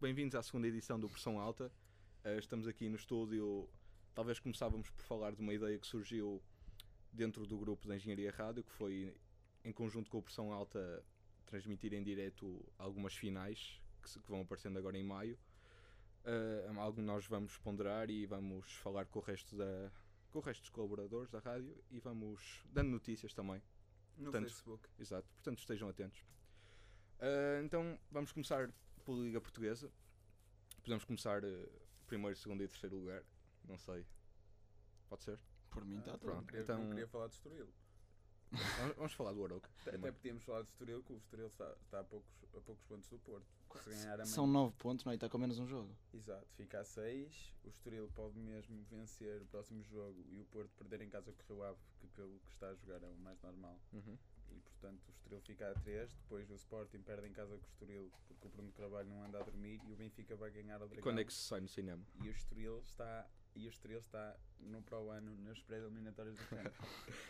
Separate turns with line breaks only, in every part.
Bem-vindos à segunda edição do Pressão Alta. Eh, estamos aqui no estúdio. Talvez começávamos por falar de uma ideia que surgiu dentro do grupo da Engenharia Rádio, que foi, em conjunto com o Pressão Alta, transmitir em direto algumas finais que, se- que vão aparecendo agora em maio. Eh, é algo que nós vamos ponderar e vamos falar com o resto da com o resto dos colaboradores da rádio e vamos dando notícias também.
No
Portanto,
Facebook.
Exato, portanto estejam atentos. Ah, então vamos começar pela Liga Portuguesa. Podemos começar eh, primeiro, segundo e terceiro lugar. Não sei. Pode ser?
Por mim tá está
pronto.
não, queria,
então- é
não queria falar de Estoril.
Vamos- Vamos falar do Aroca.
Até- Até podíamos falar de Estoril, que o Estoril está, está a, poucos, a poucos pontos do Porto. Se ganhar amanhã,
São 9 pontos, não é? E está com menos um jogo.
Exato, fica a 6. O Estoril pode mesmo vencer o próximo jogo e o Porto perder em casa com o Rio Ave, que pelo que está a jogar é o mais normal.
Uhum.
E portanto o Estoril fica a 3. Depois o Sporting perde em casa com o Estoril, porque o Bruno Carvalho não anda a dormir e o Benfica vai ganhar ao
E
Dragão.
quando é que se sai no cinema?
E o Estoril está... E o Estoril está no para o ano nas pré-eliminatórias do campo.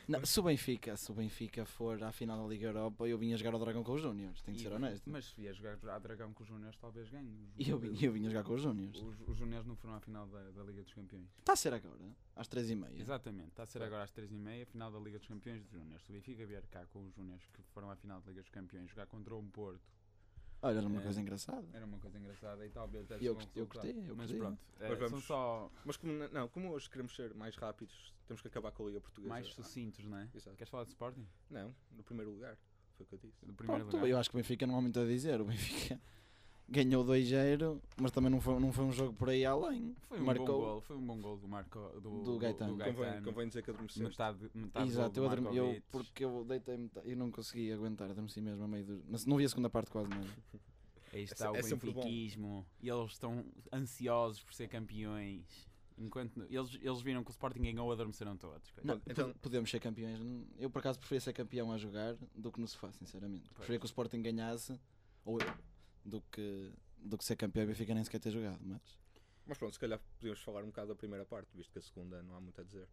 Não, se o Benfica, se o Benfica for à final da Liga Europa, eu vinha jogar ao Dragão com os Júniors, tenho que ser honesto.
Mas se vier jogar a Dragão com os Júniors, talvez ganhe.
E eu vinha, eu vinha jogar com os Júniors.
Os, os Júniores não foram à final da, da Liga dos Campeões.
Está a ser agora, às 3h30.
Exatamente, está a ser agora às 3h30, final da Liga dos Campeões dos Júniors. Se o Benfica vier cá com os Júniors que foram à final da Liga dos Campeões jogar contra um Porto,
Olha, era uma
É.
coisa engraçada.
era uma coisa engraçada e talvez deve
E eu
ser um
gost- eu
resultado.
gostei, eu
Mas
gostei.
pronto, eh,
Mas vamos-
são só
Mas como, n- não, como hoje queremos ser mais rápidos, temos que acabar com a Liga Portuguesa. Ah,
mais sucintos, não é?
Exato.
Queres falar de Sporting?
Não, no primeiro lugar. Foi o que eu disse.
Do primeiro
Pronto,
lugar.
eu acho que o Benfica não há muito a dizer. O Benfica ganhou 2-0, mas também não foi, não foi um jogo por aí além.
Foi um
Marcou-
bom gol, foi um bom gol do Marco do,
Do Gaetano.
Convém, convém dizer que adormecemos.
Metade, metade
Exato,
do
eu,
gol do
adorme- eu
Markovic.
porque eu deitei-me, ta- eu não consegui aguentar, adormeci mesmo a meio do. Não, não vi a segunda parte quase nada.
Aí está
se-
o
é sempre bom.
benfiquismo. E eles estão ansiosos por ser campeões. Enquanto eles, eles viram que o Sporting ganhou, adormeceram todos. coisa.
Não,
Pode- então-
po- podemos ser campeões. N- Eu por acaso preferia ser campeão a jogar do que no sofá, sinceramente. Preferia que o Sporting ganhasse ou eu, do que do que ser campeão e o Benfica nem sequer ter jogado, mas
Mas pronto, se calhar podíamos falar um bocado da primeira parte, visto que a segunda não há muito a dizer.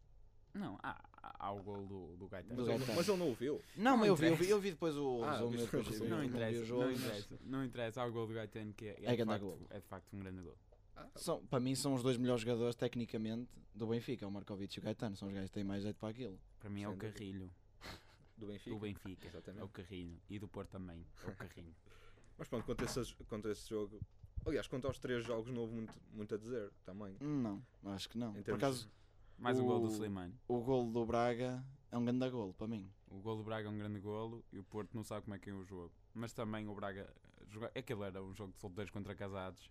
Não, há, há há o gol do, do Gaetano.
Do
Mas, ele,
Gaetano.
mas ele não ouviu.
Não, mas eu vi, eu vi,
interessa.
eu vi depois o
Ah,
resumo,
viste
eu depois
o
resolvi,
resumo.
Não
vi o
interessa,
jogo,
não
mas
interessa, não interessa. Há o gol do Gaetano que é,
É
de
grande
facto,
gol.
é de facto um grande gol.
são- para mim são os dois melhores jogadores tecnicamente do Benfica, É o Markovic e o Gaetano, são os gajos que têm mais jeito para aquilo.
Para mim é
Sem
o
dúvida.
carrilho
Do Benfica.
do Benfica.
Exatamente.
É o carrilho. E do Porto também. É o carrilho.
Mas pronto, quanto a, esse, quanto a esse jogo. Aliás, quanto aos três jogos, não houve muito, muito a dizer também.
Não, acho que não.
Em
Por
termos-
acaso
Mais um gol do
O-
Slimani.
o golo do Braga é um grande golo para mim.
O gol do Braga é um grande golo e o Porto não sabe como é que é o jogo. Mas também o Braga. eh, Joga... Aquilo era um jogo de solteiros contra casados.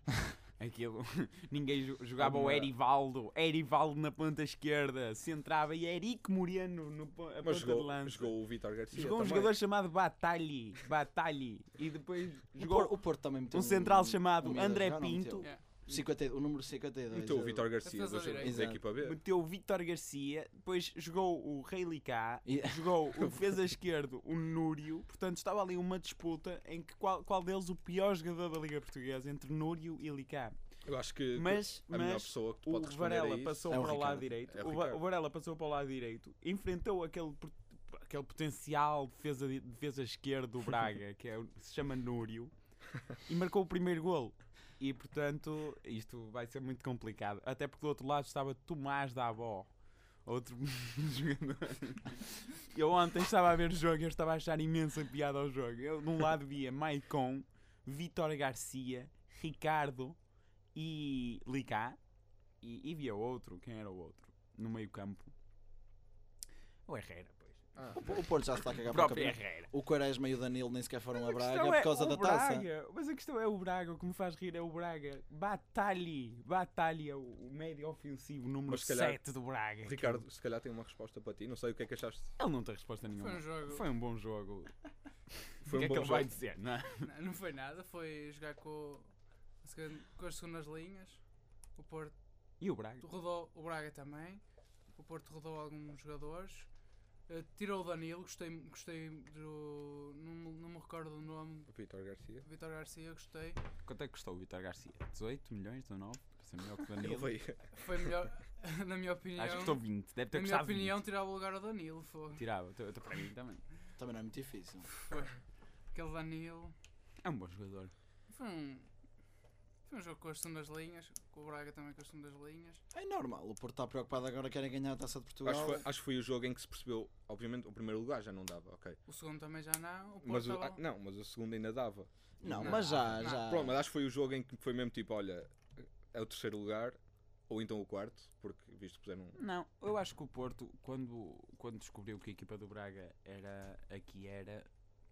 Aquilo. Ninguém jo- jogava o
Alguma-
Erivaldo. Erivaldo na ponta esquerda. Centrava e Eric Moriano no pon- a
Mas
ponta de
jogou,
lança.
jogou o Vitor Garcia.
Jogou um
também.
jogador chamado Batalhi. Batalhi. E depois
O Porto,
jogou
o Porto também meteu
um central
um
chamado
miúdo a
André
jogar, não
Pinto.
meteu?
É.
50, o número 52.
Meteu o
eu-
Vitor Garcia
Defesa
do, da
direita.
equipa B.
Meteu o Vítor Garcia, depois jogou o Rei Licá,
E-
jogou o defesa esquerdo, o Núrio. Portanto, estava ali uma disputa em que qual, qual deles o pior jogador da Liga Portuguesa entre Núrio e Licá.
Eu acho que
Mas,
Eh, a melhor
mas
pessoa que te
o
pode responder a
Varela
isso-
passou
É o
para o lado
Ricardo.
É
direito.
o
o, Va-
Ricardo.
o Varela passou para o lado direito, enfrentou aquele, por- aquele potencial defesa, di- defesa esquerdo do Braga, que é o- se chama Núrio, e marcou o primeiro golo. E portanto, isto vai ser muito complicado. Até porque do outro lado estava Tomás da Avó. Outro jogador. Eu ontem estava a ver o jogo e eu estava a achar imensa piada ao jogo. Eu, de um lado, via Maicon, Vitor Garcia, Ricardo e Licá. E, e via outro, quem era o outro? No meio campo. O Herrera, pois.
Ah,
O Porto já se está a
O
cagar para o
próprio
campeonato.
Herrera.
O Quaresma e o Danilo nem sequer foram a Braga
questão
por causa
é
da
o
taça.
Braga. Mas a questão é o Braga, o que me faz rir é o Braga. Batalhe, batalha, o o médio ofensivo número
Mas se calhar-
7 do Braga.
Ricardo, se calhar tem uma resposta para ti. Não sei o que é que achaste.
Ele não tem resposta nenhuma.
Foi um jogo.
Foi um bom jogo.
Foi
o que
um
é que
bom
ele vai
jogo.
dizer? Não. é?
Não, não foi nada, foi jogar com, a segun- com as segundas linhas. O Porto
E o Braga?
rodou, o Braga também. O Porto rodou alguns jogadores. Eh, tirou o Danilo, gostei, gostei do. Não, me- não me recordo do nome.
O Vitor Garcia.
Vitor Garcia, gostei.
Quanto é que custou o Vitor Garcia? 18 milhões, 19? Para ser melhor que o
Ele
Danilo.
veio.
Foi melhor, na minha opinião.
Acho que custou 20. Deve ter
na minha
custado
opinião, tirava o lugar ao Danilo. Foi.
20. Tirava. Tô- tô Para mim também.
Também não é muito difícil.
Aquele Danilo.
É um bom jogador.
Foi um. Foi um jogo com a questão das linhas, com o Braga também com a questão das linhas.
É normal, o Porto está preocupado agora, querem ganhar a taça de Portugal.
Acho que, foi, acho que foi o jogo em que se percebeu, obviamente, o primeiro lugar já não dava, ok.
O segundo também já não. O Porto
Mas o,
tá
estava-
ah, não, mas o segundo ainda dava.
Não,
Não,
mas já,
não.
já.
Pronto, mas acho que foi o jogo em que foi mesmo tipo, olha, é o terceiro lugar, ou então o quarto, porque visto que puseram um.
Não, eu acho que o Porto, quando, quando descobriu que a equipa do Braga era a que era,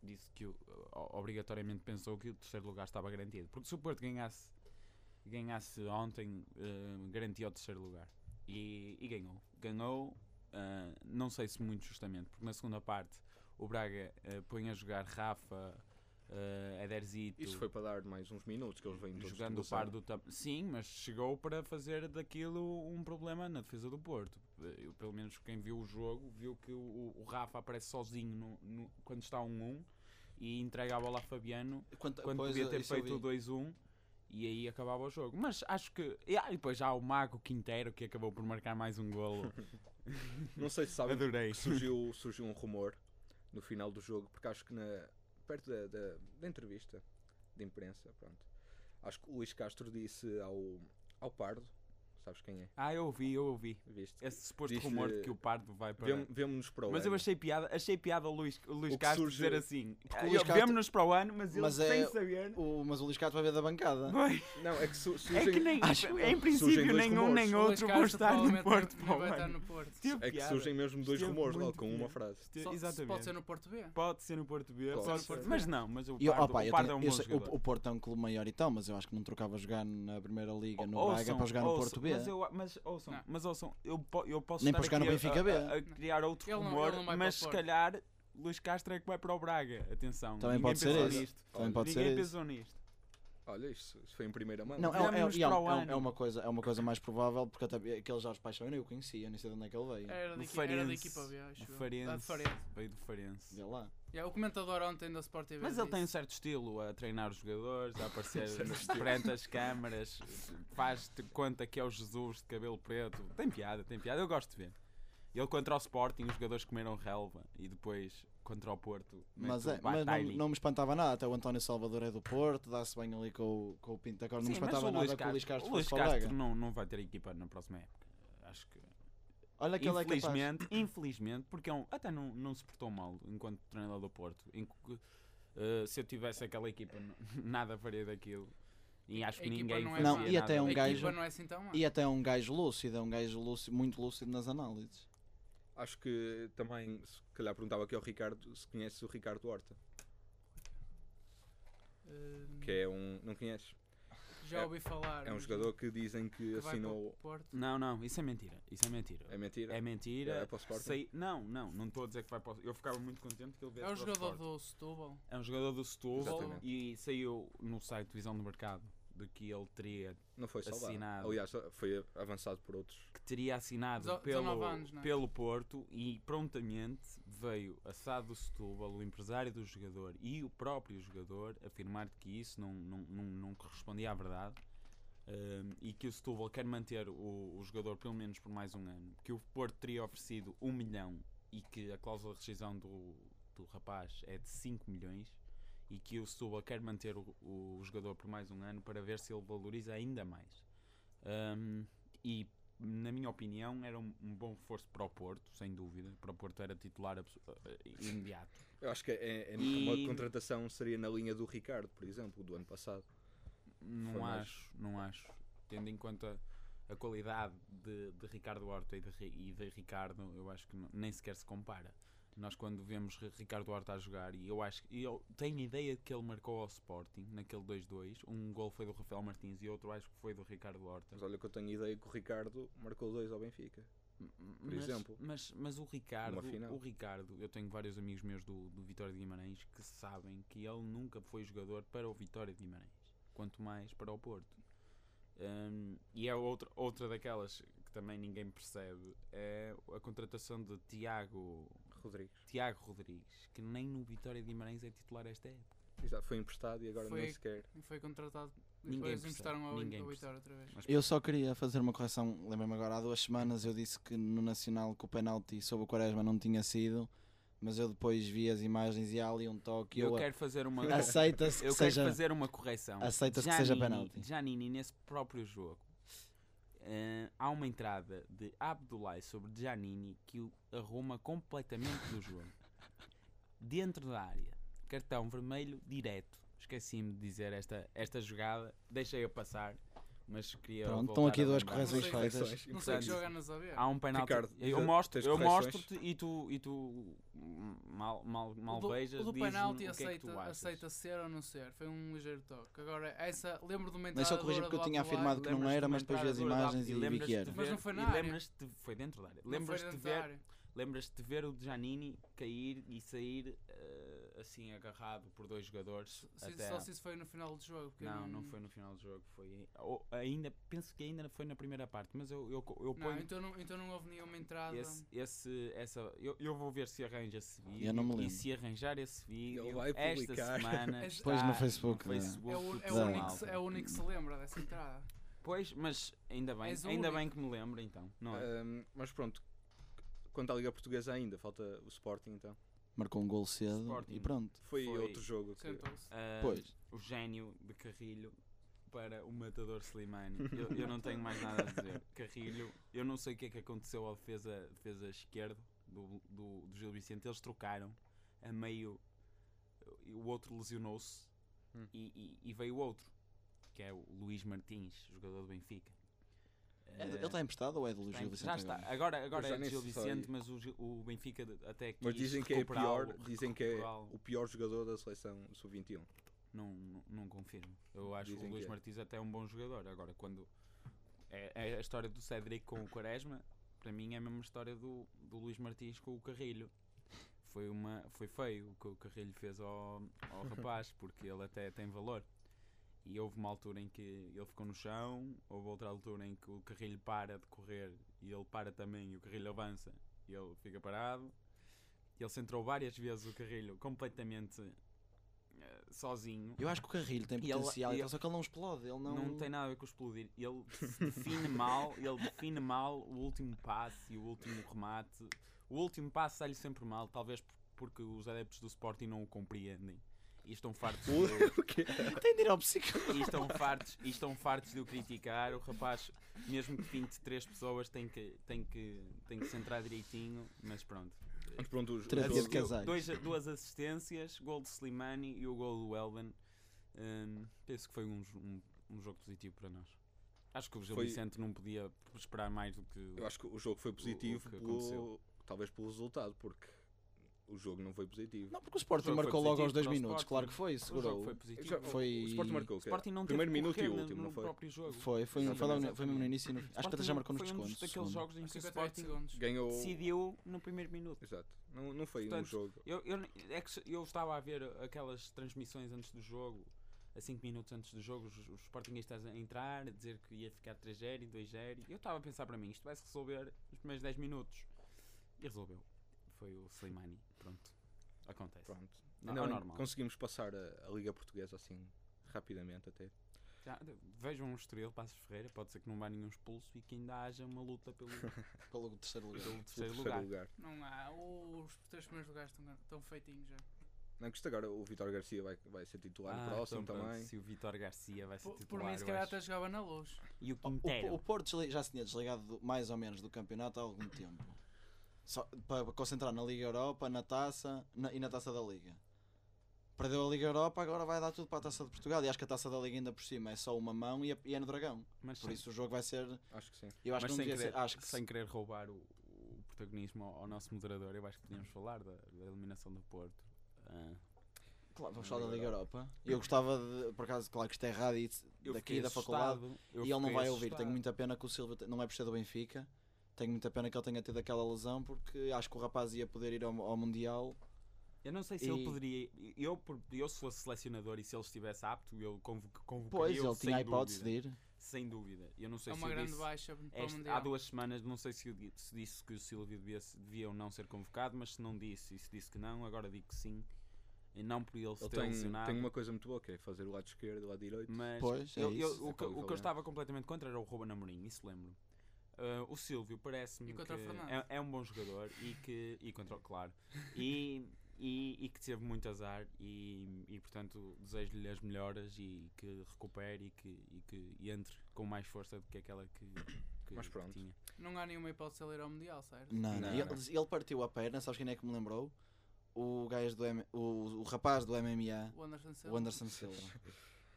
disse que o- o- obrigatoriamente pensou que o terceiro lugar estava garantido. Porque se o Porto ganhasse, ganhasse ontem, eh, garantia o terceiro lugar. E, e ganhou. Ganhou, ah, não sei se muito justamente, porque na segunda parte o Braga eh, põe a jogar Rafa, eh, Ederzito,
Isso foi para dar mais uns minutos que eles vêm todos de
jogando o
expulsão.
par do tam... Sim, mas chegou para fazer daquilo um problema na defesa do Porto. Eu, pelo menos quem viu o jogo viu que o, o Rafa aparece sozinho no- no- quando está 1-1 e entrega a bola a Fabiano
Quanto,
quando
Tá, pois,
podia ter
isso eu
feito o
vi.
2-1 e aí acabava o jogo. Mas acho que. E, ah, e depois já há o Mago Quintero que acabou por marcar mais um golo.
Não sei se sabem
Adorei.
que surgiu, surgiu um rumor no final do jogo, porque acho que na, perto da, da, da entrevista de imprensa, pronto, acho que o Luís Castro disse ao, ao Pardo, sabes quem é?
Ah, eu ouvi, eu ouvi.
Viste?
Esse suposto
Diz-lhe-
rumor de que o Pardo vai para.
Vemo- Vemo-nos para o
Mas eu
ano.
achei piada, achei piada o Luís, o Luís
O que
Castro
surge-
dizer assim.
o Luís
"Ah,
Castro-
Vemo-nos para o ano, mas ele
Mas
sem
é-
saber.
O, mas o Liscato vai ver da bancada.
Vai.
Não, é que su-
É
surgem...
que nem,
acho-
em
surgem
princípio,
dois
nenhum
rumores.
nem
O Luís
outro vão
Castro
estar no
provavelmente
Porto para
não- não
o
vai estar
ano.
no Porto.
Teve
é que
piada.
surgem mesmo dois
Esteve
rumores logo
muito
com uma
piada.
frase.
Este-
Só- se
Exatamente.
Pode ser no Porto B.
Pode ser no Porto B,
Pode
pode
ser.
ser. mas não, mas o
E,
Pardo,
opa,
o
eu
Pardo é
tenho-
um
eu
bom
sei-
jogador.
o, o Porto é um clube maior e tal, mas eu acho que não trocava jogar na Primeira Liga, no Braga,
Ouçam,
para jogar no
ouçam,
Porto B.
Mas, eu, mas ouçam,
Não.
mas ouçam, eu, po- eu posso
Nem
estar
para jogar no
aqui a-
Benfica B.
a, a, a criar outro
Ele não-
rumor,
ele não vai para o
mas se
Porto.
calhar Luís Castro é que vai para o Braga. Atenção,
Também
ninguém
pode ser
pensou
esse.
nisto.
Também pode ser
Ninguém
esse.
pensou nisto.
Olha, isso, isso foi em primeira mão.
Não, é, é,
Vemo-nos
e é um-
para o
é um-
ano.
é uma coisa, é uma coisa mais provável, porque até, aquele Jorge Paixão eu nem o conhecia, nem sei de onde é que ele veio.
Era da
Do
equi- era da
Farense.
equipa B, acho
Do
eu.
Farense.
Ah, de Farense.
Veio do Farense.
Vê lá.
Yeah, o comentador ontem da Sport TV.
Mas ele tem um
disse-
certo estilo a treinar os jogadores, a aparecer perante as câmaras, faz-te conta que é o Jesus de cabelo preto. Tem piada, tem piada, eu gosto de ver. Ele contra o Sporting, os jogadores comeram relva e depois contra o Porto. mete
Mas,
o
é, mas não,
Bataille.
não me espantava nada, até o António Salvador é do Porto, dá-se bem ali com, o- com o Pinto da Cor, não
Sim,
me
mas
espantava
o Luís
nada que o Luís Castro
o Luís
fosse para o Braga.
Castro não, não vai ter equipa na próxima época. Acho que.
Olha que ele é capaz.
infelizmente, infelizmente, porque é um- até não, não se portou mal enquanto treinador do Porto. Em que, eh, se eu tivesse aquela equipa, n- nada faria daquilo. E acho
A
que
equipa
ninguém
não é
fazia
má.
Não, e até
nada.
um
a
gajo-
equipa não é assim tão má.
E até é um gajo lúcido, é um gajo lúcido, muito lúcido nas análises.
Acho que também, se calhar perguntava aqui ao Ricardo se conheces o Ricardo Horta,
Hum,
que é um. Não conheces?
já ouvi falar.
É um
mas
jogador que dizem que
que vai
assinou.
para o Porto.
Não, não, isso é mentira. Isso é mentira.
É mentira?
É mentira.
É para o Sporting?
Sei- não, não, não estou a dizer que vai para o Eu ficava muito contente que ele viesse
É um
para o
jogador
Sporting.
do Setúbal.
É um jogador do Setúbal
Exatamente.
e saiu no site Visão do Mercado de que ele teria,
Não foi salvado.
Assinado.
Aliás, foi avançado por outros.
que teria assinado
Dezo-
pelo,
19 anos, não é?
pelo Porto e prontamente veio a SAD do Setúbal, o empresário do jogador e o próprio jogador afirmar que isso não, não, não, não correspondia à verdade hum, e que o Setúbal quer manter o, o jogador pelo menos por mais um ano, que o Porto teria oferecido um milhão e que a cláusula de rescisão do, do rapaz é de 5 milhões e que o Setúbal quer manter o, o jogador por mais um ano para ver se ele valoriza ainda mais. Hum, e, na minha opinião, era um, um bom reforço para o Porto, sem dúvida. Para o Porto era titular abso- eh, imediato.
Eu acho que é, é
E-
uma contratação seria na linha do Ricardo, por exemplo, do ano passado.
Não
Foi mais.
acho, não acho. Tendo em conta a qualidade de, de Ricardo Horta e de, Ri- e de Ricardo, eu acho que não- nem sequer se compara. Nós quando vemos Ri- Ricardo Horta a jogar, e eu acho que eu tenho ideia de que ele marcou ao Sporting naquele 2-2. Um gol foi do Rafael Martins e outro acho que foi do Ricardo Horta.
Mas olha que eu tenho ideia que o Ricardo marcou dois ao Benfica.
Por
exemplo.
Mas, mas o Ricardo,
Uma final.
o Ricardo, eu tenho vários amigos meus do, do Vitória de Guimarães que sabem que ele nunca foi jogador para o Vitória de Guimarães, quanto mais para o Porto. Hum, e é outra, outra daquelas que também ninguém percebe, é a contratação de Tiago,
Rodrigues.
Tiago Rodrigues, que nem no Vitória de Guimarães é titular esta época.
Exato, foi emprestado e agora
Foi-
nem sequer.
E foi contratado.
Ninguém
Depois
percebe,
emprestaram ao,
ninguém
ao
percebe.
Vitória outra vez.
Mas
Eu só queria fazer uma correção. Lembro-me agora, há duas semanas eu disse que no Nacional que o penalti sobre o Quaresma não tinha sido, Mas eu depois vi as imagens e há ali um toque. e
eu
eu
quero fazer uma
aceita-se que
eu quero
seja.
fazer uma correção.
Aceita-se que seja penalti.
Janini, nesse próprio jogo, eh, há uma entrada de Abdulai sobre Janini que o arruma completamente do jogo. Dentro da área. Cartão vermelho direto. Esqueci-me de dizer esta, esta jogada. Deixei-a passar, mas queria.
Pronto,
voltar
estão aqui
a
duas
lembrar.
correções
Não sei.
feitas.
Não
é
sei que
Portanto,
joga nas AV.
Há um penalti.
Ricardo,
eu
tens
mostro, eu
correções?
mostro-te e tu, e tu hum, mal, mal, mal
o do,
vejas.
o do
diz-me
penalti
o que é que
aceita,
tu achas.
aceita ser ou não ser. Foi um ligeiro toque. Agora, essa, lembro de uma entrada.
Deixa eu corrigir
dura
porque eu
do
tinha
Abdulai,
afirmado que não
Lembras-te
era,
de uma
mas depois vi as
entrada dura da-
imagens
e
e vi
lembras-te
que
de
era.
Mas não
ver-
foi na
e
área.
lembras-te- Foi dentro da área.
não foi
Lembras-te de
dentro da
ver
área.
Lembras-te de ver o Giannini cair e sair eh, assim agarrado por dois jogadores
Se-
até...
Só se isso foi no final do jogo. porque
Não, não foi no final do jogo, foi ou ainda, penso que ainda foi na primeira parte, mas eu, eu, co- eu
Não,
ponho
então um. não, então não houve nenhuma entrada. É
esse, esse essa eu, eu vou ver se arranja esse vídeo
Eu não me
e
lembro.
se arranjar esse vídeo
vai
esta
publicar.
semana
Esta-
Pois
está
no Facebook,
no
não é?
Facebook
É o,
do
é, o
Não.
único,
Ronaldo.
se- é o único que se lembra dessa entrada.
Pois, mas ainda bem,
És o
ainda bem que me lembro então, não é?
Ahm, mas pronto, quanto à Liga Portuguesa ainda, falta o Sporting então.
Marcou um gol cedo
Sporting.
e pronto.
Foi,
Foi-
outro jogo que
Sentou-se.
Ah,
Pois.
o gênio de Carrilho para o matador Slimani. Eu, eu não tenho mais nada a dizer. Carrilho, eu não sei o que é que aconteceu ao defesa, defesa esquerdo do, do, do Gil Vicente. Eles trocaram a meio. e O outro lesionou-se
Hum.
e, e, e veio outro, que é o Luís Martins, jogador do Benfica. Eh,
É de- ele
tá
está emprestado ou é do
está
Gil
em-
Vicente?
já está.
agora?
Agora, agora
já
é do
nem
Gil
sei só
Vicente,
isso.
mas o, Gil- o Benfica de- até aqui.
Mas dizem que é pior, dizem que é
recuperá-lo.
o pior jogador da seleção sub-21.
Não, não, não confirmo. Eu acho que
Dizem
o Luís
que é.
Martins até é um bom jogador. Agora, quando. É, é a história do Cédric com o Quaresma, para mim é a mesma história do, do Luís Martins com o Carrilho. Foi, uma, foi feio o que o Carrilho fez ao, ao rapaz, porque ele até tem valor. E houve uma altura em que ele ficou no chão, houve outra altura em que o Carrilho para de correr e ele para também, e o Carrilho avança e ele fica parado. Ele centrou várias vezes o Carrilho completamente eh, sozinho
Eu acho que o Carrilho tem
E ele-
potencial,
e
então,
ele-
só que ele não explode. Ele não,
não... tem nada a ver com explodir. Ele se define mal, ele define mal o último passe e o último remate. O último passe sai-lhe sempre mal, talvez por- porque os adeptos do Sporting não o compreendem. E estão fartos de,
O quê?
tem de ir ao psicólogo.
e estão fartos, e estão fartos de o criticar. O rapaz, mesmo que pinte três pessoas, tem que, tem que, tem que se entrar direitinho, mas pronto.
Mas pronto, o, o
Terapia de
jogo-
casal.
Assistiu
casais.
dois- duas assistências, gol de Slimani e o gol do Elben. Hum, penso que foi um, jo- um- um jogo positivo para nós. Acho que o Gil
Foi-
Vicente não podia esperar mais do que.
eu acho que o jogo foi positivo,
o que
pelo-
aconteceu.
talvez pelo resultado, porque o jogo não foi positivo.
Não, porque o Sporting
jogo foi
marcou logo aos
positivo
dois
para o
minutos.
Sporting.
Claro que foi,
o jogo
segurou.
foi
Foi,
positivo.
Já-
foi-
O Sporting marcou é- o
O
quê?
Sporting não
Primeiro
teve que
minuto e
correr
último,
no,
não
no
foi?
próprio jogo.
foi, um- foi,
Sim,
logo no- foi mesmo
exatamente.
no início. e No,
O
acho que até já
Sporting
marcou nos
foi um dos
descontos.
daqueles
segundo.
jogos em
Aos
que o
58
Sporting
segundos.
Ganhou.
decidiu no primeiro minuto.
Exato. Não, não foi um
Portanto,
jogo.
Eu, eu, é que se- eu estava a ver aquelas transmissões antes do jogo, a 5 minutos antes do jogo, os, os sportinguistas a entrar, a dizer que ia ficar 3-0 e 2-0. E eu estava a pensar para mim, isto vai se resolver nos primeiros 10 minutos. E resolveu. Foi o Slimani. Pronto. Acontece.
Pronto.
Não,
Ainda
é
bem que
normal.
Conseguimos passar a, a Liga Portuguesa assim rapidamente até.
Já, vejam um Estoril, Passos Ferreira, pode ser que não vá nenhum expulso e que ainda haja uma luta pelo,
Pelo terceiro lugar.
pelo
O
terceiro lugar.
Não há. Os três primeiros lugares estão, estão feitinhos já.
Não, que isto agora o Vitor Garcia vai, vai ser titular
Ah,
no próximo
então pronto,
também.
Se o Vitor Garcia vai ser
Por,
titular,
por mim, se
eu
calhar
acho.
até jogava na luz.
E o
O-
Quintero.
O, o Porto desli- já se tinha desligado do- mais ou menos do campeonato há algum tempo. Só para concentrar na Liga Europa, na taça na- e na taça da Liga. Perdeu a Liga Europa, agora vai dar tudo para a taça de Portugal. E acho que a taça da Liga ainda por cima é só uma mão e, é- e é no Dragão.
mas
Por
sim.
isso o jogo vai ser.
Acho que sim.
Eu
mas
acho que não
sem
devia
querer,
ser. Acho que
sem querer roubar o, o protagonismo ao, ao nosso moderador, eu acho que podíamos falar da, da eliminação do Porto. Ah,
se- claro, vamos falar da Liga Europa. Eu gostava de. Por acaso, claro que isto é errado e isso-
eu
daqui
fiquei
da faculdade.
assustado, eu
e ele não
fiquei
vai ouvir. Tenho
assustado.
muita pena que o Silva te- não é por ser do Benfica. Tenho muita pena que ele tenha tido aquela lesão porque acho que o rapaz ia poder ir ao, ao Mundial.
Eu não sei se
E-
ele poderia. Eu, por- eu, se fosse selecionador e se ele estivesse apto, eu convo- convocaria.
Pois, ele tinha a
sem
hipótese
dúvida,
de ir.
Sem dúvida. Eu não sei
É
se
uma
eu
grande
disse-
baixa para o
Esta-
Mundial.
há duas semanas, não sei se, eu di- se disse que o Silvio devia, se- devia ou não ser convocado, mas se não disse e se disse que não, agora digo que sim. E não por ele se
Ele
ter
tem,
lesionado.
tem uma coisa muito boa que é fazer o lado esquerdo, o lado direito.
Mas
Pois, é
eu- eu-
isso.
o, que,
Acabei
o que eu
falando.
estava completamente contra era o Ruben Amorim, isso lembro. Ah, o Silvio parece-me
E
que
contra o Fernandes.
é, é um bom jogador e que e contra o claro e, e, e que teve muito azar e, e portanto desejo-lhe as melhoras e que recupere e que, e que entre com mais força do que aquela que, que,
Mas
que
pronto.
tinha.
Não há nenhuma hipótese de ele ir ao Mundial, certo?
Não,
Não,
não. Ele,
não.
ele partiu a perna, sabes quem é que me lembrou? O gajo do M- o, o rapaz do MMA,
O Anderson Silva.
o Anderson Silva.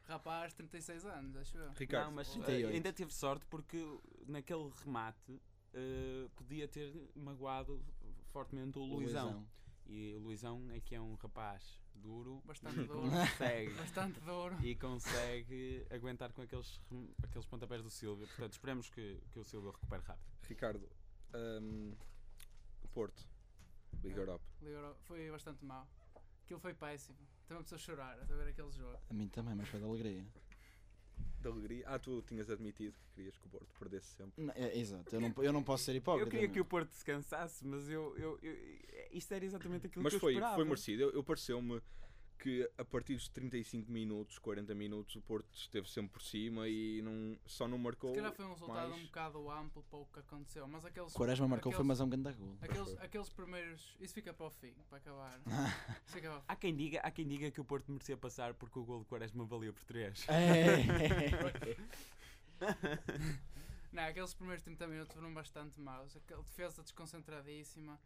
Rapaz, 36 anos, acho eu.
Ricardo,
Hum. Não, mas uh,
38.
ainda teve sorte porque naquele remate ah, podia ter magoado fortemente o
O
Luizão. e o Luizão é que é um rapaz duro
Bastante
e
duro.
consegue
Bastante duro.
e consegue aguentar com aqueles, rem- aqueles pontapés do Silvio. Portanto, esperemos que, que o Silvio recupere rápido.
Ricardo, hum, o Porto, Liga
Ah.
Europa.
Liga Europa. Foi bastante mau. Aquilo foi péssimo. Também precisou chorar a ver aquele jogo.
A mim também, mas foi de alegria.
De alegria. Ah, tu tinhas admitido que querias que o Porto perdesse sempre.
Não, é, exato, eu não, eu não posso ser hipócrita.
eu queria que o
meu.
Porto descansasse, mas eu, eu, eu- isto era exatamente aquilo
Mas
que eu
foi,
esperava.
foi merecido. Eu, eu pareceu-me que a partir dos 35 minutos, 40 minutos, o Porto esteve sempre por cima e não, só não marcou.
Se calhar foi um resultado
mais-
um bocado amplo para o que aconteceu, mas aqueles.
Quaresma marcou, foi
aqueles-
mas é um grande gol.
Aqueles, aqueles primeiros. Isso fica para o fim, para acabar. Isso fica para o fim.
Há quem, diga, há quem diga que o Porto merecia passar porque o gol de Quaresma valia por 3. É.
É.
Não, aqueles primeiros 30 minutos foram bastante maus. Aquela defesa desconcentradíssima.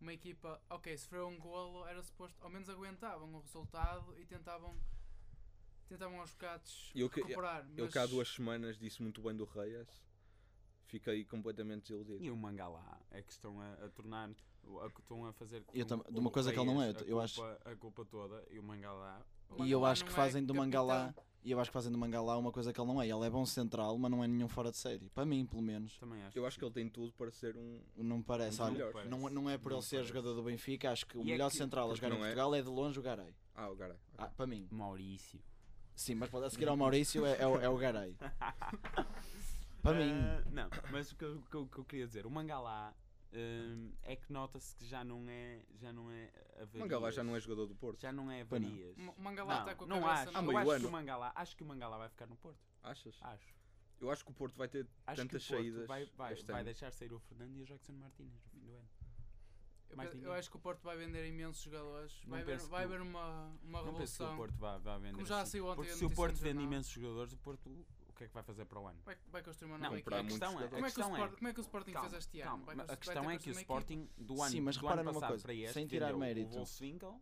Uma equipa, ok, sofreu um golo, era suposto. Ao menos aguentavam o resultado e tentavam. Tentavam aos bocados
Eu que-
recuperar.
Eu
mas-
cá há duas semanas disse muito bem do Reyes. Fiquei completamente desiludido.
E o Mangalá é que estão a, a tornar, a, que estão a fazer com
Eu tam-
o
de uma coisa que ele não é,
Reyes a
eu acho-
culpa- a culpa toda e o Mangalá.
O
E eu
Mangalá
acho que
não é
fazem do Mangalá.
capitão.
E eu acho que fazem do Mangalá uma coisa que ele não é. Ele é bom central, mas não é nenhum fora de série. Para mim, pelo menos.
Também acho.
Eu acho que ele tem tudo para ser um.
Não parece.
Um
Olha,
melhor.
parece.
não, não é por
Não
ele ser
parece.
jogador do Benfica. Acho que o
E é
melhor
que-
central a
porque
jogar em
não é.
Portugal é de longe o Garay.
Ah, o Garay.
Ah, para mim.
Maurício.
Sim, mas pode- a seguir ao Maurício é, é o- é o Garay. Para mim.
Ah, não, mas o que, eu- o que eu- o que eu queria dizer, o Mangalá hum, é que nota-se que já não é. Já não é
O
avarias.
Mangala já não é jogador do Porto.
Já não é
Pois não.
avarias.
O Mangalá está com a
não
cabeça
acho.
no-
Há
Eu
meio
acho que
ano.
o Mangalá, acho que o Mangalá vai ficar no Porto.
Achas?
Acho.
Eu acho que o Porto vai ter
Acho
tantas
que o Porto
saídas.
vai, vai,
este
vai
ano.
deixar sair o Fernando e o Jackson Martínez no fim do ano.
Eu,
Mais
pe- eu
ninguém.
acho que o Porto vai vender imensos jogadores.
Não
vai haver,
penso que
vai
o-
haver uma,
não penso
uma
que
revolução.
o Porto vá, vá vender.
Como já
assim.
saiu ontem
Porque
a
se o
notícia
Porto
no
vende
jornal,
imensos jogadores, o Porto o que é que vai fazer para o ano?
Vai, vai construir uma
Não,
nova
comprar
a
equipa.
muitos
questão é,
jogadores.
a
Como é, que o
questão é,
Sport- como é que o Sporting
Calma,
fez este ano?
calma,
Vai
mas a
constru- vai
questão
ter
é
que
que o
construir uma equipa.
Sporting do ano,
Sim, mas
do ano
repara numa
passado
coisa,
para este
sem tirar
vendeu
mérito.
o Wolfswinkel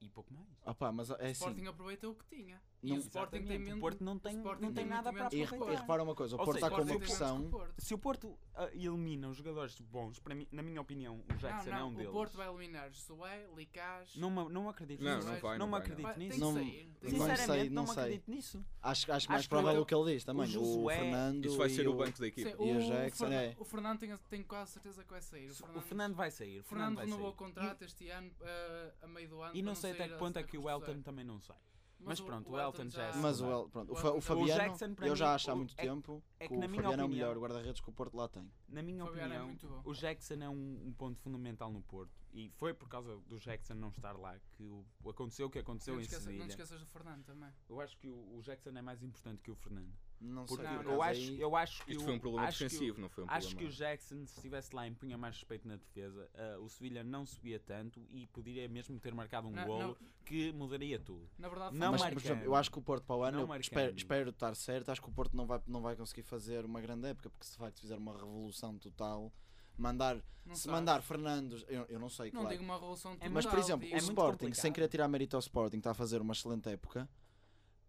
e pouco mais.
Opá, mas é
O Sporting um
assim.
aproveitou o que tinha.
Não-
e o Sporting tem
Exatamente,
menos.
o Porto não tem,
Sporting
não tem
tem
nada
muito
para
menos
E,
que
aproveitar.
o
e repara uma coisa: o
Ou
Porto
seja,
está com
Sporting
é
uma
tem
um
pressão.
Se o Porto ah, elimina os jogadores bons, para mim, na minha opinião, o
Não,
Jackson é um
não,
deles.
o Porto vai eliminar Josué, Licaz.
Não, ma- não acredito
Não,
nisso.
não vai, não
me
vai,
acredito
vai, tem que
nisso.
Não-
sair. tem que
não
sair.
Sinceramente,
sei,
não,
não sei.
acredito nisso.
Acho, acho mais
que
provável
o-
o que ele diz também.
o
O,
Josué-
Fernando.
Isso vai
e
ser o
o-
banco da
Sim,
equipa.
o,
E o Jackson
Fernan-
é-
o Fernando tem, tem quase certeza que vai sair. O Fernando,
O Fernando vai sair. O
Fernando
Fernando vai
renovou o
sair.
contrato este ano eh, a meio do ano.
E
para
não sei até
sair
que
a-
ponto é
a
que o
custo zero.
Elton também não sai. Mas pronto, o Elton já é
Mas o,
Não.
El- pronto, o,
O
Fa- o
Elton-
Fabiano,
O Jackson, para
eu já
mim,
acho há
o-
muito
é-
tempo
é que
que o
na minha
Fabiano é o
opinião-
melhor guarda-redes que o Porto lá tem.
Na minha
Fabiano é
opinião,
muito bom.
o Jackson é um, um ponto fundamental no Porto. E foi por causa do Jackson não estar lá que o, aconteceu o que aconteceu
Não
em
te, esqueças, não te
Sevilha.
esqueças do Fernando também.
Eu acho que o, o Jackson é mais importante que o Fernando.
Não sei.
Porque
Não,
por
eu,
acaso
acho,
aí-
eu acho que.
Isto
o-
foi um problema
acho que o-
defensivo, não foi um
Acho que o
problema.
Jackson, se estivesse lá, impunha mais respeito na defesa. Ah, o Sevilha não subia tanto e poderia mesmo ter marcado um
Não,
golo que mudaria tudo.
Na verdade,
Não
foi-
mas, por
marcando.
exemplo, eu acho que o Porto para o
Não
ano, eu
marcando.
espero, espero estar certo, acho que o Porto não vai, não vai conseguir fazer uma grande época, porque se de facto fizer uma revolução total, mandar,
não
se
sabes.
mandar Fernandes, eu, eu não sei,
Não
claro.
digo uma revolução total.
Mas, por exemplo,
digo-
o
é muito
Sporting, sem
complicado.
querer tirar mérito ao Sporting, está a fazer uma excelente época.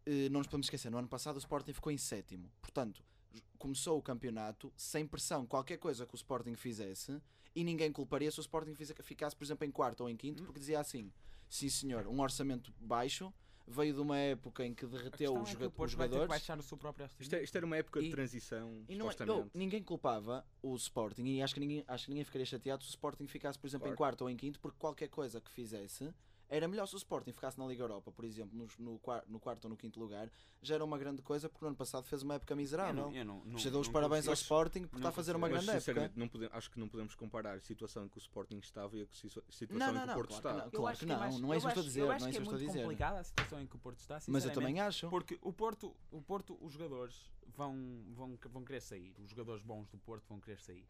Eh, Não nos podemos esquecer, no ano passado o Sporting ficou em sétimo. Portanto, j- começou o campeonato sem pressão. Qualquer coisa que o Sporting fizesse, e ninguém culparia se o Sporting fize- ficasse, por exemplo, em quarto ou em quinto, porque dizia assim: sim senhor, um orçamento baixo, veio de uma época em que
A
derreteu
questão
os,
é que
joga-
o Porto
os
vai ter que
jogadores.
baixar o seu próprio
Isto, é- isto era uma época
E-
de transição,
E não, é-
supostamente.
não, ninguém culpava o Sporting e acho que ninguém, acho que ninguém ficaria chateado se o Sporting ficasse, por exemplo, em
Claro.
quarto ou em quinto, porque qualquer coisa que fizesse era melhor se o Sporting ficasse na Liga Europa, por exemplo, nos- no, quar- no quarto ou no quinto lugar, já era uma grande coisa porque no ano passado fez uma época
Eu
miserável.
não- eu não- não-
Mas eu dou os
não
parabéns ao
consigo-
Sporting por
não
estar a fazer
consigo.
uma
Mas,
grande época.
sinceramente, não pode- acho que não podemos comparar a situação em que o Sporting estava e a situa- situação
Não,
em
não,
que
não,
o Porto
claro que
está.
não. Claro que
é
não,
mais-
não é isso que eu estou a
acho-
dizer,
Eu
não é
acho
isso
que é
que eu estou a
muito
dizer.
complicada a situação em que o Porto está,
Mas eu
sinceramente,
também acho.
Porque o Porto, o Porto, os jogadores vão, vão, vão querer sair. Os jogadores bons do Porto vão querer sair.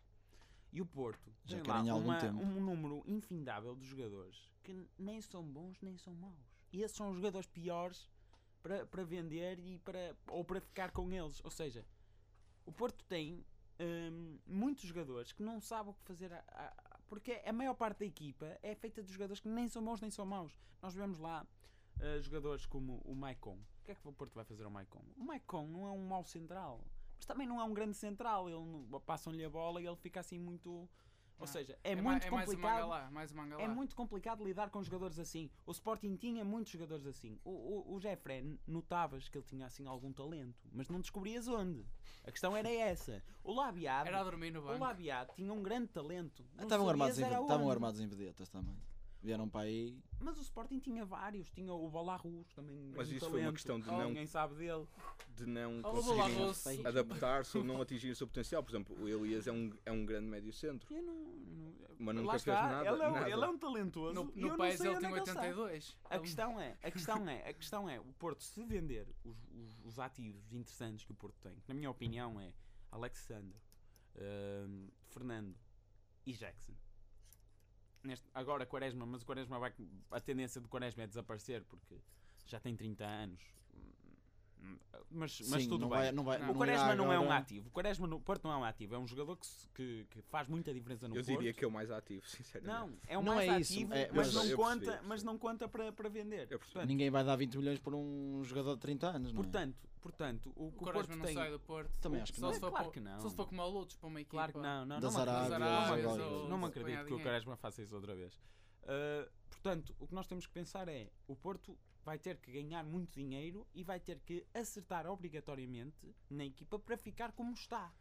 E o Porto
Já
tem lá
querem há algum
uma-
tempo.
um número infindável de jogadores que nem são bons nem são maus. E esses são os jogadores piores para, para vender e para, ou para ficar com eles. Ou seja, o Porto tem hum, muitos jogadores que não sabem o que fazer. a- a- porque a maior parte da equipa é feita de jogadores que nem são bons nem são maus. Nós vemos lá eh, jogadores como o Maicon. O que é que o Porto vai fazer ao Maicon? O Maicon não é um mau central, mas também não é um grande central. Ele não- passam-lhe a bola e ele fica assim muito. Ou
Ah,
seja, é,
ma-
muito
mais um manga
complicado.
lá, mais um manga lá.
É muito complicado lidar com jogadores assim. O Sporting tinha muitos jogadores assim. O, o, o Jeffrey, n- notavas que ele tinha assim algum talento, mas não descobrias onde. A questão era essa. O Labiado,
Era a dormir no
o
banco.
Labiado tinha um grande talento. Não
Ah, Estavam
sabias
armados, em,
era
estavam
onde.
armados em vedetas também. Vieram para aí.
Mas o Sporting tinha vários. Tinha o Balarrus também. um
Mas
grande
isso foi uma
talento.
questão de
Oh,
não-
Ninguém sabe dele.
de não
Oh, vou lá,
conseguirem
Russo.
Sim.
adaptar-se ou não atingir o seu potencial. Por exemplo, o Elias é um, é um grande médio centro,
Eu não, eu não-
mas nunca
Lá
fez
está,
nada.
ele, é, um-
nada.
ele é um talentoso.
No,
e
no
eu
país
não sei
ele
onde
tem
é que ele está.
82.
A
Então,
Ele-
questão é, a questão é, a questão é, o Porto se vender os, os, os ativos interessantes que o Porto tem, que na minha opinião é Alexander, hum, Fernando e Jackson. Neste, agora Quaresma, mas o Quaresma vai a tendência do Quaresma é desaparecer porque já tem 30 anos. Hum, Mas, mas
Sim,
tudo
não
bem.
vai- não vai-
O
O
irá
Quaresma não é um
agora-
ativo. O Quaresma no Porto não é um ativo. É um jogador que, se- que, que faz muita diferença no
Eu
Porto.
diria que é o mais ativo, sinceramente.
Não, é um
Não
mais
é isso,
ativo,
é-
mas,
mas-
não
Eu percebi,
conta,
eu
mas
percebi.
não conta para, para vender.
Eu percebi.
Portanto,
Ninguém vai dar 20 milhões por um jogador de 30 anos, não é?
portanto, portanto, o é que
O
o,
Quaresma
Porto
não
tem...
sai do Porto.
Também acho que
Só
não.
se for
Claro
para-
que não.
Só se for com malutos para uma equipa.
Claro que não, não,
Das
não, acredito-
Arábias,
não me
Arábias,
acredito,
ou-
não me
ou
acredito
Espanha,
que o
ninguém.
Quaresma faça isso outra vez. Uh, portanto, o que nós temos que pensar é, o Porto vai ter que ganhar muito dinheiro e vai ter que acertar obrigatoriamente na equipa para ficar como está.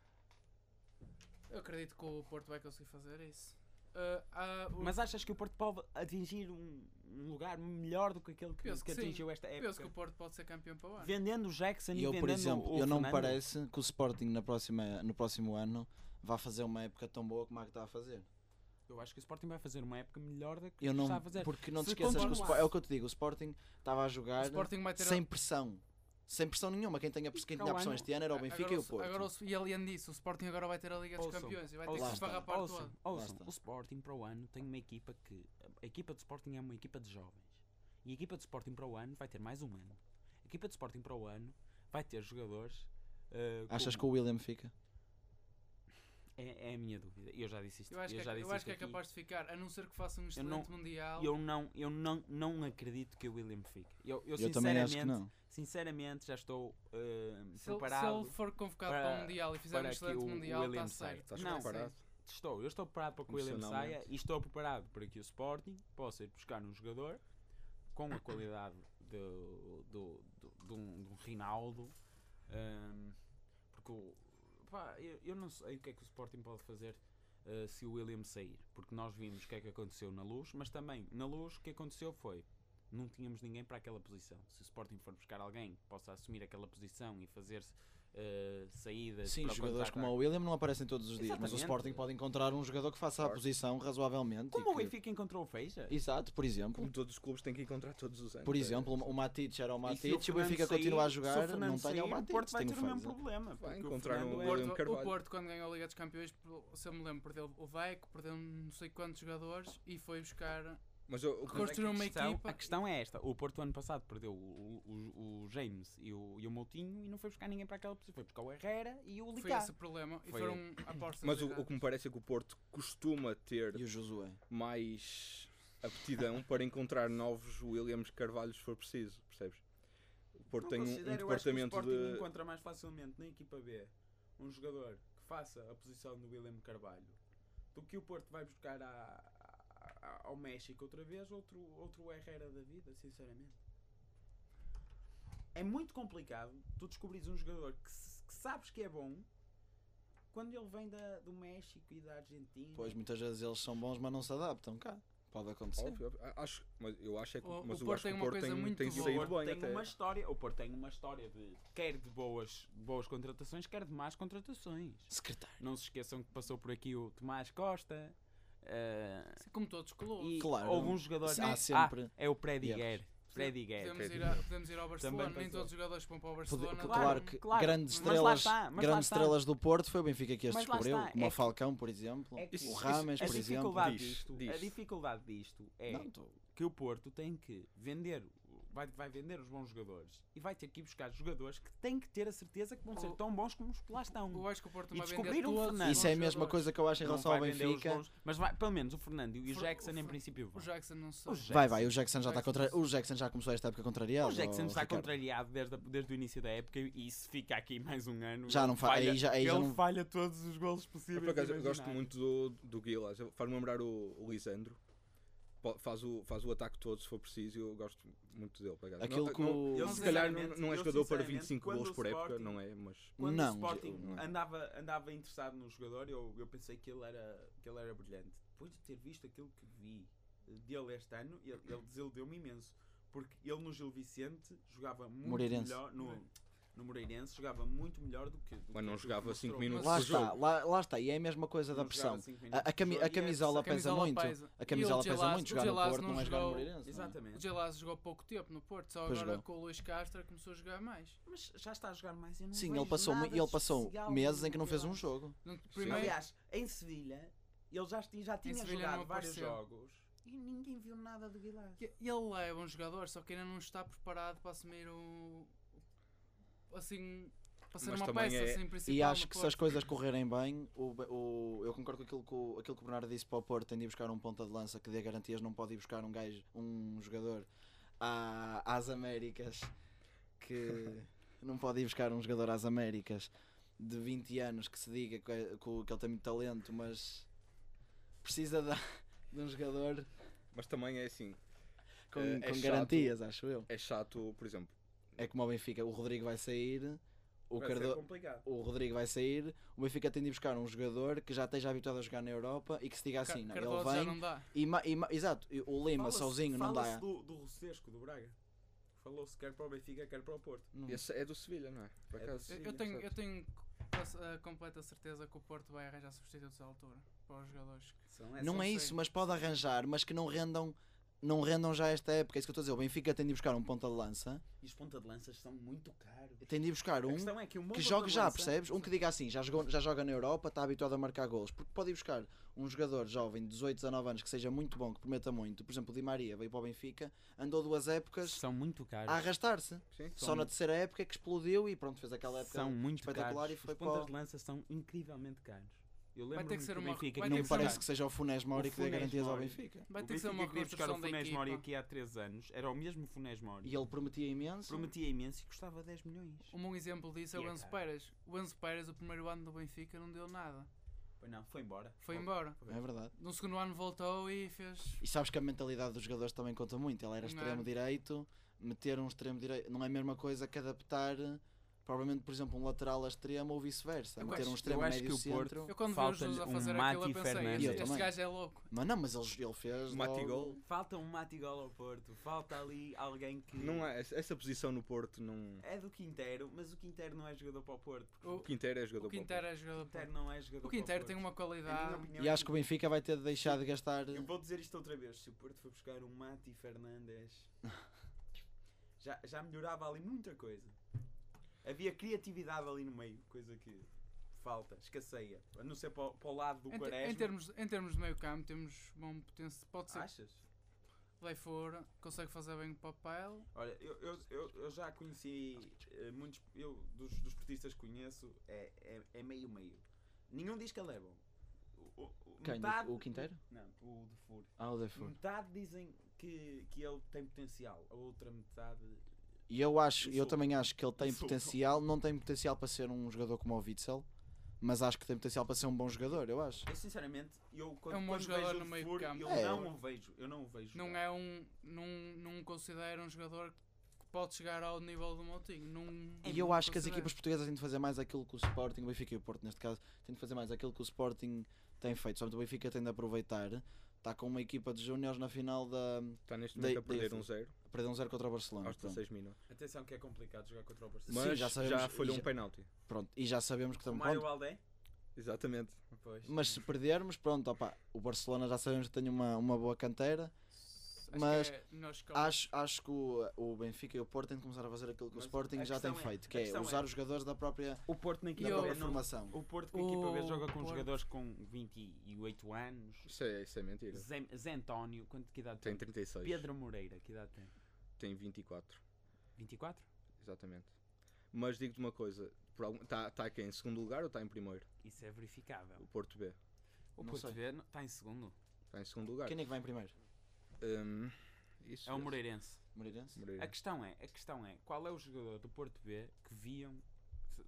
Eu acredito que o Porto vai conseguir fazer isso. Ah, ah, o-
Mas achas que o Porto pode atingir um, um lugar melhor do que aquele que,
Penso que
que
sim.
atingiu esta
penso que
época?
o Porto pode ser campeão para o ano.
Vendendo o Jackson
E
e
eu,
vendendo
por exemplo,
o
eu não me
Fernando,
parece que o Sporting na próxima, no próximo ano vá fazer uma época tão boa como a que está a fazer.
Eu acho que o Sporting vai fazer uma época melhor da que
Eu não,
está a fazer.
porque não te
Se
esqueças que o
continuasse-
Spo- é o que eu te digo, o Sporting estava a
O
jogar
Sporting vai ter.
sem pressão. Sem pressão nenhuma. Quem, tenha, quem
para
tinha
o
pressão
ano-
este ano era o Benfica
agora,
e o Porto.
Agora, o- e além disso, o Sporting agora vai ter a Liga dos
Ouçam,
Campeões e vai ter
ouçam,
que se esfarrapar
ouçam,
todo.
ouçam,
Lá está.
o Sporting para o ano tem uma equipa que. A equipa do Sporting é uma equipa de jovens. E a equipa do Sporting para o ano vai ter mais um ano. A equipa do Sporting para o ano vai ter jogadores. eh,
Achas que
como-
o William fica?
É, é a minha dúvida. Eu já disse isto.
Eu acho, que,
já
é,
disse
eu acho que é
isto aqui.
capaz de ficar, a não ser que faça um excelente Mundial.
Eu, não, eu não, não acredito que o William fique. Eu, eu,
Eu também acho que
sinceramente-
não.
Sinceramente, já estou eh,
se, ele, se
preparado.
ele for convocado para,
para-
o Mundial e fizer um
para que
excelente
o
Mundial, está
William saia.
certo.
Estás
Não,
preparado?
Estou, eu estou preparado para que o William
Emocionalmente.
saia e estou preparado para que o Sporting possa ir buscar um jogador com a qualidade do, do, do, de um, de um Rinaldo. hum, porque o- pá, eu, eu não sei o que é que o Sporting pode fazer eh, se o William sair. Porque nós vimos o que é que aconteceu na luz, mas também na luz o que aconteceu foi não tínhamos ninguém para aquela posição. Se o Sporting for buscar alguém que possa assumir aquela posição e fazer eh, saídas
Sim,
para o
jogadores como
contra-ataque.
o William não aparecem todos os dias, mas
Exatamente.
o Sporting pode encontrar um jogador que faça a
Claro.
posição razoavelmente. e
Como o
que-
Benfica encontrou o Feija?
Exato, por exemplo.
Como todos os clubes têm que encontrar todos os anos.
Por
é-
exemplo, o Matic era o
E se
Matic, o
Fernando
Benfica
sair-
continua tipo, a
se o
jogar,
Fernando
não tipo, tem
sair,
o Matic,
Porto vai
tem
ter o mesmo
Fernando.
problema. porque o
encontrar
Fernando
um
é-
William
Porto-
Carvalho.
o Porto, quando ganhou a Liga dos Campeões, se eu me lembro, perdeu o Deco, perdeu não sei quantos jogadores e foi buscar.
Mas eu,
Mas é que
Construir uma
a questão,
equipa-
A questão é esta: o Porto, ano passado, perdeu o, o- o James e o, e o Moutinho e não foi buscar ninguém para aquela posição. Foi buscar o Herrera e o
Foi
Licá.
esse o problema. E
Foi
foram apostas.
mas o,
erradas.
o que me parece é que o Porto costuma ter
E o Josué.
mais aptidão para encontrar novos Williams Carvalhos se for preciso, percebes? O Porto
Não
tem um- um,
considero, eu acho que
departamento
o Sporting
de.
encontra mais facilmente na equipa B um jogador que faça a posição do William Carvalho do que o Porto vai buscar à- à- ao México outra vez, outro, outro Herrera da vida, sinceramente. É muito complicado tu descobrires um jogador que, s- que sabes que é bom quando ele vem da, do México e da Argentina.
Pois muitas vezes eles são bons, mas não se adaptam cá. Pode acontecer.
Óbvio, óbvio. A- Acho, mas eu acho é que,
O-
mas
o
eu
Porto
acho que
tem
o
uma
Porto
coisa
tem,
muito
tem
boa.
o
saído
saído
Porto
bem
tem
até.
uma história, o Porto tem uma história de quer de boas, boas contratações, quer de más contratações.
Secretário.
Não se esqueçam que passou por aqui o Tomás Costa. eh,
Assim Como todos os clubes.
e
Claro.
houve um jogador
Há sempre
Ah, é o Prediger.
erros.
Freddy Guedes.
Podemos
Fred.
ir, a- podemos ir ao Barcelona,
pensou.
nem todos os jogadores que vão para o
Pode-
Barcelona.
claro
vão.
que
claro,
grandes
mas lá
estrelas,
está, mas lá
grandes
está.
estrelas do Porto foi o Benfica que as
Mas lá
descobriu,
está,
como
é
o
que-
Falcão, por exemplo,
é que
isso-
o
isso-
Rames,
a
por exemplo.
dificuldade
Diz,
disto, a
diz.
dificuldade disto é
Não, tô-
que o Porto tem que vender, o- vai, vai vender os bons jogadores e vai ter que ir buscar jogadores que têm que ter a certeza que vão ser
O-
tão bons como os que lá estão.
Eu acho que o Porto
E
não vai vender
descobriram o
todos.
Fernando.
os
Isso é a mesma
jogadores.
coisa que eu acho em
Não
relação ao
vai vender os
Benfica.
bons, mas vai, pelo menos o Fernando e o
Fer-
Jackson
o
em
Fer-
princípio
O
vão.
Jackson não sei.
O Jackson-
Vai, vai, o Jackson já está
Jackson-
contra... o Jackson já começou esta época contrariado.
é O Jackson
ó,
está
Ricardo.
contrariado desde, a- desde o início da época e se fica aqui mais um ano.
Já
ele
não fa- aí já- aí
ele
já não-
falha todos os golos
Eu,
possíveis.
por acaso,
e
eu gosto
imaginários.
muito do, do Guilas. Faz-me lembrar o, o Lisandro. Po- Faz o, faz o ataque todo se for preciso. Eu gosto muito dele. Por acaso.
Aquilo
não,
que
não-
o-
ele,
Não,
se calhar não,
sinceramente,
não é
eu,
jogador para
sinceramente,
25
quando
gols
o
por época,
Sporting-
não é? Mas
Quando
Não,
o Sporting
não é.
andava, andava interessado no jogador, eu, eu pensei que ele, era, que ele era brilhante. Depois de ter visto aquilo que vi eh, dele este ano, ele, ele desiludeu-me imenso. Porque ele no Gil Vicente jogava muito
Moreirense.
melhor. No, no Moreirense jogava muito melhor do que. Do
Mas
que
não
aquilo
jogava
que mostrou.
cinco minutos
Lá
do
está,
jogo.
lá, lá está, e é a mesma coisa da
Não assim, jogava
pressão.
cinco
A,
minutos
a, cami-
do jogo e
a
é-
camisola
A
pesa
camisola
muito.
pesa.
A camisola
E o
pesa
Gelás-
muito.
o
Jogar no
Gelás
Porto
não
não é jogar no
jogou-
Moreirense. não é?
O
Exatamente.
Gelás jogou pouco tempo no Porto, só
Pois
agora
jogou.
com o Luís Castro é começou a jogar mais.
Mas já está a jogar mais. Eu não
Sim,
vejo
ele passou, mu-
nada de
ele passou
especial
meses
no
em que não fez um
Moreirense.
jogo.
No primeiro,
Aliás, em Sevilha, ele já, esti- já tinha
Sevilha
jogado
não
vários
apareceu.
jogos e ninguém viu nada do Guilherme.
que- ele lá é bom jogador, só que ainda não está preparado para assumir o. Assim. Para ser
Mas
uma
também
peça
é-
assim, principal.
E acho
no
que se as
Porto.
coisas correrem bem, o, Be- o- eu concordo com aquilo que, o, aquilo que o Bernardo disse para o Porto, tem de ir buscar um ponta de lança que dê garantias, não pode ir buscar um gajo, um jogador à- às Américas que não pode ir buscar um jogador às Américas de 20 anos que se diga que, é- que o- que ele tem muito talento, mas precisa de, de um jogador
Mas também é assim,
com,
Eh, é
com
chato.
garantias, acho eu.
é chato, por exemplo,
É como o Benfica, o Rodrigo vai sair, o
Vai ser
Cardo-
complicado.
o Rodrigo vai sair, o Benfica tem de ir buscar um jogador que já esteja habituado a jogar na Europa e que se diga
Ca-
assim, não, ele
Cardoso já
vem
não dá.
e, ma- e ma- exato, e o Lima
Fala-se-
sozinho não
fala-se
dá.
do, do Rossesco, do Braga. Falou-se quer para o Benfica, quer para o Porto.
Não.
esse é do Sevilha, não é? Por
É do
acaso.
Eu-
Sim,
Eu tenho, eu
certo.
tenho quase a completa certeza que o Porto vai arranjar substitutos à altura para os jogadores.
São
Não
essas-
é
sei.
isso, mas pode arranjar, mas que não rendam, não rendam já esta época, é isso que eu estou a dizer. O Benfica tem de ir buscar um ponta de lança,
E os ponta de lanças são muito caros.
tem de ir buscar
A
um
questão é que o meu
que
ponta
jogue
de
já,
lança-
percebes? Um que diga assim, já, jogou- já joga na Europa, está habituado a marcar golos. Porque pode ir buscar um jogador jovem de 18, 19 anos que seja muito bom, que prometa muito. Por exemplo, o Di Maria veio para o Benfica, andou duas épocas
São muito caros.
a arrastar-se.
Sim.
Só na terceira época é que explodiu e pronto, fez aquela época.
são muito
espetacular
caros.
e foi
os pontas
para o-
de lança são incrivelmente caros. Eu
Vai ter
lembro
que ser
que o
uma-
Benfica
vai
que
ter
Não
não
que ser
parece
uma-
que seja o Funes Mori
O
que dê
Funes
garantias ao
Mori.
Benfica.
Vai
o
ter que ser
Benfica
uma
queria buscar
reconstrução
o
da
Funes
equipa.
Mori aqui há 3 anos. Era o mesmo Funes Mori.
E ele prometia imenso.
Prometia imenso e custava 10 milhões.
Um bom exemplo disso é
E
o
é
Enzo
caro.
Pérez. O Enzo Pérez, o primeiro ano do Benfica, não deu nada.
Pois não, foi embora.
Foi embora.
É verdade.
No segundo ano voltou e fez.
E sabes que a mentalidade dos jogadores também conta muito. Ele era
Não é?
extremo direito, meter um extremo direito não é a mesma coisa que adaptar, provavelmente, por exemplo, um lateral a extremo ou vice-versa.
Eu
Meter
acho-
um
eu
extremo
acho
médio
que o Porto-
centro.
Eu quando vi os
Falta-lhe
Jesus a
um
fazer aquilo,
Mati
eu pensei,
Fernandes.
este,
Eu
este
também.
gajo é louco.
Mas não, mas ele, ele fez.
Matigol.
logo-
Falta um Matigol ao Porto. Falta ali alguém que.
Não há, essa essa posição no Porto não.
É do Quintero, mas o Quintero não é jogador para o Porto. porque
O-
O Quintero é jogador
O
para o
Quintero é
O
jogador.
Quintero
bom.
não é jogador
O Quintero
para
tem
o
uma
Porto. É a minha
qualidade.
opinião.
E acho que o Benfica vai ter de deixar de gastar.
Eu vou dizer isto outra vez. Se o Porto for buscar um Mati Fernandes, já, já melhorava ali muita coisa. Havia criatividade ali no meio, coisa que falta, escasseia. A não ser para, o- para o lado do
Em, te-
Quaresma.
em termos, em termos de meio campo, temos bom potencial. Pode ser
Achas?
que lei fora, consegue fazer bem o papel.
Olha, eu, eu, eu, eu já conheci eh, muitos. Eu, dos, dos portistas que conheço, é é- é meio-meio. Nenhum diz que ele é bom. O, o- o-
Quem?
metade-
O Quintero?
Não, o de Furo.
Ah, o Defoe.
Metade dizem que, que ele tem potencial, a outra metade.
E eu acho, eu
Insultam.
também acho que ele tem
Insultam.
potencial, não tem potencial para ser um jogador como o Witzel, mas acho que tem potencial para ser um bom jogador, eu acho.
Eu é, sinceramente, eu quando,
É um bom
quando
jogador
vejo
no
o
meio
Furo,
campo.
eu
É.
não o vejo, eu não o vejo.
Não
jogar.
é um. Não, não considero um jogador que pode chegar ao nível do Moutinho. Não,
E eu acho que as
considero.
equipas portuguesas têm de fazer mais aquilo que o Sporting, o Benfica e o Porto, neste caso, têm de fazer mais aquilo que o Sporting tem feito. Só que o Benfica tem de aproveitar. Está com uma equipa de júniores na final da.
Porto. Está neste
Dei-
momento a
dei
perder
a
um zero
Perdeu um zero contra o Barcelona.
aos
pronto.
16 minutos.
Atenção que é complicado jogar contra o Barcelona.
Mas
já
já,
sabemos-
falhou
já-
um penalti.
Pronto, E já sabemos que
o
estamos.
Mário
então, pronto,
Aldé?
Exatamente.
Pois.
mas se perdermos, pronto, opa, o Barcelona já sabemos que tem uma, uma boa canteira.
Acho
Mas
que é melhor escola.
Acho, acho que o, o Benfica e o Porto têm de começar a fazer aquilo que
Mas
o Sporting
a
já tem
questão é-
feito,
a
que é
questão
usar
é-
os jogadores da própria,
O Porto na equipa
da
eu-
própria
B não.
formação.
O Porto na equipa B
O
joga com
Porto.
jogadores com 28 anos.
Isso é, isso é mentira.
Zé, Zé António, quanto que idade
Tem
tem?
36.
Pedro Moreira, que idade tem?
Tem 24.
24?
Exatamente. Mas digo-te uma coisa: está tá aqui em segundo lugar ou está em primeiro?
Isso é verificável.
O Porto B.
O
Não
Porto
sei.
B não- está em segundo.
Está em segundo lugar.
Quem é que vai em primeiro?
Hum, isso
É o
mesmo.
Moreirense.
Moreirense?
Moreira.
A questão é, a questão é, qual é o jogador do Porto B que viam se-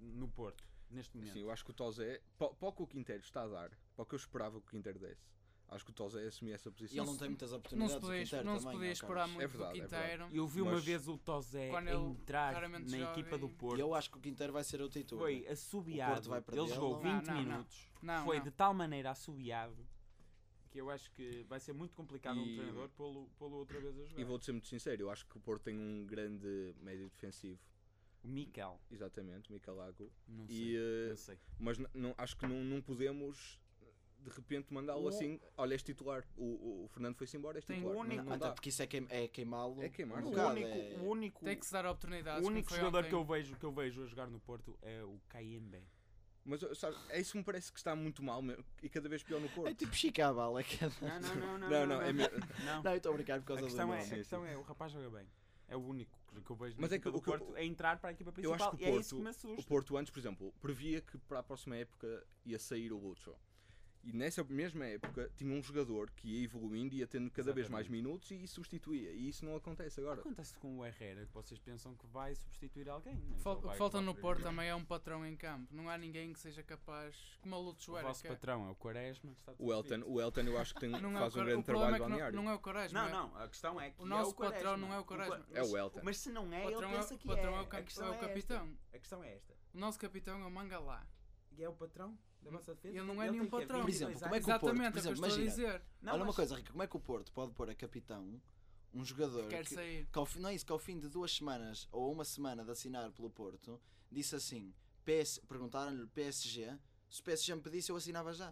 no Porto, neste momento?
Sim, eu acho que o Tozé, para, o que o Quintero está a dar, para o que eu esperava que o Quintero desse, acho que o Tozé assumia essa
E ele
posição.
não tem muitas
não
oportunidades.
se
o
podia,
Quintero
não se
também,
podia
ó,
esperar
Carlos.
muito
É verdade,
do
é
Quintero.
Eu vi uma
Mas-
vez o Tozé
Quando ele
entrar na
raramente joga
equipa do
e-
Porto.
E eu acho que o Quintero vai ser o titular.
Foi assobiado.
vai perder,
Ele jogou
não?
20
Não, não, não.
minutos.
Não,
foi
não.
de tal maneira assobiado que eu acho que vai ser muito complicado um
E-
treinador pô-lo pô-lo outra vez a jogar.
E vou-te ser muito sincero: eu acho que o Porto tem um grande médio defensivo,
O Mikel,
exatamente, o Micalago.
não sei.
E, eh,
eu sei.
mas n- não, acho que não, não podemos de repente mandá-lo
O-
assim. Olha, és titular. O, o- o Fernando foi-se embora, és
Tem
titular.
o único-
não, não
Até
dá.
porque isso é, queim, é queimá-lo.
É queimar-lo.
O
um
bocado,
único,
é-
o único,
Tem que se dar
o
oportunidades.
único
como foi
jogador
ontem.
que eu, vejo, que eu vejo a jogar no Porto é o Caembe.
Mas sabe, é isso que me parece que está muito mal meu, e cada vez pior no Porto.
É tipo Chicabal, é que.
Não, não, não. não,
Não, não, é mesmo.
não.
Não, eu estou a brincar por
A
causa do
questão,
nome.
é, a
sim.
questão é, o rapaz joga bem. É o único que que eu vejo
Mas
na
é que
equipa
o
do
que eu-
Porto, é entrar para a equipa principal.
acho que o
e é isso
Porto-
que me
O
assusta.
Porto antes, por exemplo, previa que para a próxima época ia sair o Lucho. E nessa mesma época tinha um jogador que ia evoluindo e ia tendo cada vez mais minutos e substituía. E isso não acontece agora.
Acontece com o Herrera que vocês pensam que vai substituir alguém. mas
Fal-
ele
o
vai
que falta no
próprio-
Porto também é um patrão em campo. Não há ninguém que seja capaz. Como a Lutsu
O
era.
vosso
que é-
patrão é o Quaresma. está tudo
O Elton,
dito.
o Elton eu acho que tem,
não é o
faz um
Cor-
grande
o problema
trabalho
é que não,
balneário.
não é o Coragem.
Não, não, a questão é que
O nosso
é o Quaresma.
patrão não é o
Qua-
Quaresma.
É o Elton.
Mas se não
O
é,
patrão,
ele
é,
pensa
o
que
patrão
é.
é o,
A
ca-
questão
é o
esta.
capitão.
A questão é esta.
O nosso capitão é o Mangalá.
E é o patrão da vossa defesa?
Ele não é nenhum
tem que
patrão.
haver
Por
exemplo,
22
como é
anos.
que o Porto,
Exatamente,
por
é o que eu
exemplo,
estou a
imagina,
dizer.
Não,
Olha uma
mas
coisa, Rica, como é que o Porto pode pôr a capitão um jogador
Quer
que,
sair.
que ao fim- não é isso, que ao fim de duas semanas ou uma semana de assinar pelo Porto, disse assim: PS, perguntaram-lhe PSG, se o PSG me pedisse, eu assinava já.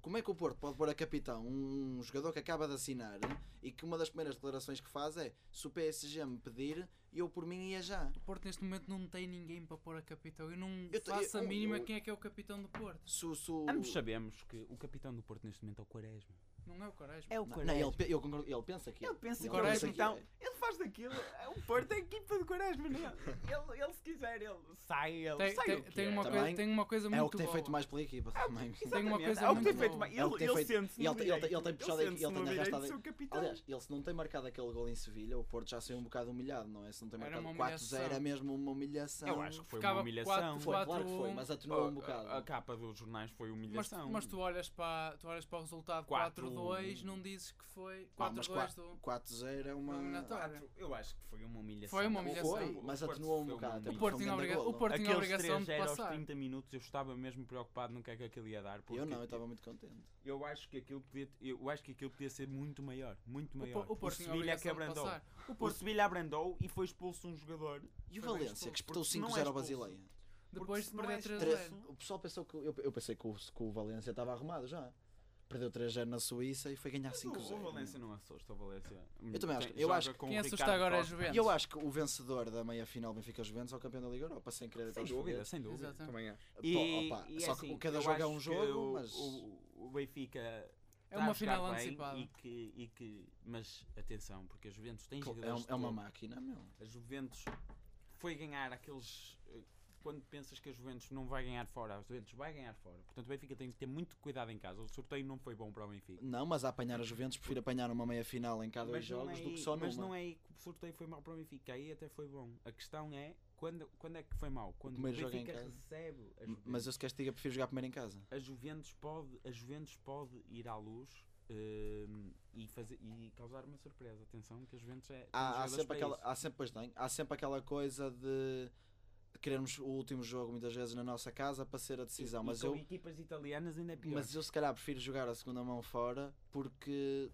Como é que o Porto pode pôr a capitão um jogador que acaba de assinar e que uma das primeiras declarações que faz é: se o PSG me pedir, eu por mim ia já.
O Porto neste momento não tem ninguém para pôr a capitão. Eu não
Eu te-
faço a
eu-
mínima
eu-
quem é que é o capitão do Porto.
Se, o- se o-
Ambos sabemos que o capitão do Porto neste momento é o Quaresma.
Não é o Coragem.
É o
Não, não,
Quaresma.
ele, pe- eu concordo- ele pensa que.
Ele pensa
Ele
que ele
pensa
é
que
então.
é.
Ele faz daquilo. é O Porto é a equipa de Quaresma. não é? Ele, ele, se quiser, ele sai. Ele
Tem,
sai
tem-
o que
tem
é.
uma
Também
coisa, tem uma coisa
É
muito
o que tem
boa.
feito mais pela equipa também.
Tem uma
Exatamente,
coisa
é o que
muito
tem feito
boa.
mais.
É o que
Ele,
tem
ele
feito-
sente-se
ele
no
tem- ele tem-
direito.
ele tem puxado aqui-
sente-se
ele tem
no direito
arrastado-
de ser o capitão.
Aliás, ele se não tem marcado aquele gol em Sevilha, o Porto já saiu um bocado humilhado, não é? Se não tem
Era
marcado
uma
4-0, era
humilhação.
mesmo uma humilhação.
Eu acho que foi
Ficava
uma humilhação.
quatro-
foi, claro que foi,
4-1.
mas atenuou um bocado.
A, a capa dos jornais foi
Mas,
humilhação.
mas tu, olhas para, tu olhas para o resultado
4-1.
4-2, não dizes que foi
Pá, mas
4-2 do.
4-0 é uma.
Eliminatória.
Quatro, eu acho que foi uma humilhação.
Foi uma
Não
humilhação.
Foi, mas atenuou um bocado.
O Porto
Foi um
tinha
grande
obriga-
golo.
o Porto tinha a
Aqueles 3
obrigação de
aos
passar.
30 minutos, eu estava mesmo preocupado no que é que aquilo ia dar. Porque
Eu não, eu estava muito contente.
eu acho que aquilo podia, eu acho que aquilo podia ser muito maior, muito
O,
maior.
Po- o Porto tinha a
Sevilha é que
obrigação de
abrandou.
passar. O
O
Porto,
Sevilha abrandou e foi expulso um jogador.
E o
Foi bem
Valência, que
expulso,
espetou
porque não
5-0 ao
é expulso.
Basileia.
depois
Porque
de
se não é
perder
és
3
treze-
O pessoal pensou que. Eu, eu pensei que o, que o Valência estava arrumado já. Perdeu 3-0 na Suíça e foi ganhar
Mas o-
5-0.
O Valência não assusta, o Valência.
é? Eu também acho
Tem-
que- eu
joga
acho que-
com o
Quem assusta
Ricardo
agora é a
Costa.
Juventus.
E eu acho que o vencedor da meia final Benfica Juventus é o campeão da Liga Europa, sem querer
Sem
aos
dúvida, sem dúvida.
Exatamente.
Também é. acho.
foguetes. Pô, opa, só que
assim,
o cada
eu
jogo é
acho
um
que
jogo,
o,
mas.
O, o Benfica.
É
tá
uma
a jogar
final
bem
antecipada.
E que, e que, mas atenção, porque a Juventus tem
Cl-
jogadores.
É, um-
de
é uma
topo.
máquina, meu.
A Juventus foi ganhar aqueles. eh, Quando pensas que a Juventus não vai ganhar fora, a Juventus vai ganhar fora. Portanto, o Benfica tem que ter muito cuidado em casa. O sorteio não foi bom para o Benfica.
Não, mas a apanhar a Juventus, prefiro apanhar uma meia final em cada dois
não
jogos
é
do que
aí-
só numa.
mas não é aí que o sorteio foi mau para o Benfica. Aí até foi bom. A questão é quando, quando é que foi mau? Quando o
primeiro jogo é em
Benfica
casa.
recebe a
M-
Juventus.
Mas eu se castiga, prefiro jogar primeiro em casa.
a Juventus pode, a Juventus pode ir à luz hum, e, fazer, e causar uma surpresa. Atenção, que a Juventus é. tem
Há, há
jogadores
sempre
para
aquela,
isso.
há, sempre, pois tem, há sempre aquela coisa de querermos o último jogo muitas vezes na nossa casa para ser a decisão.
E
mas
com
eu,
equipas italianas ainda é pior.
mas eu se calhar prefiro jogar a segunda mão fora porque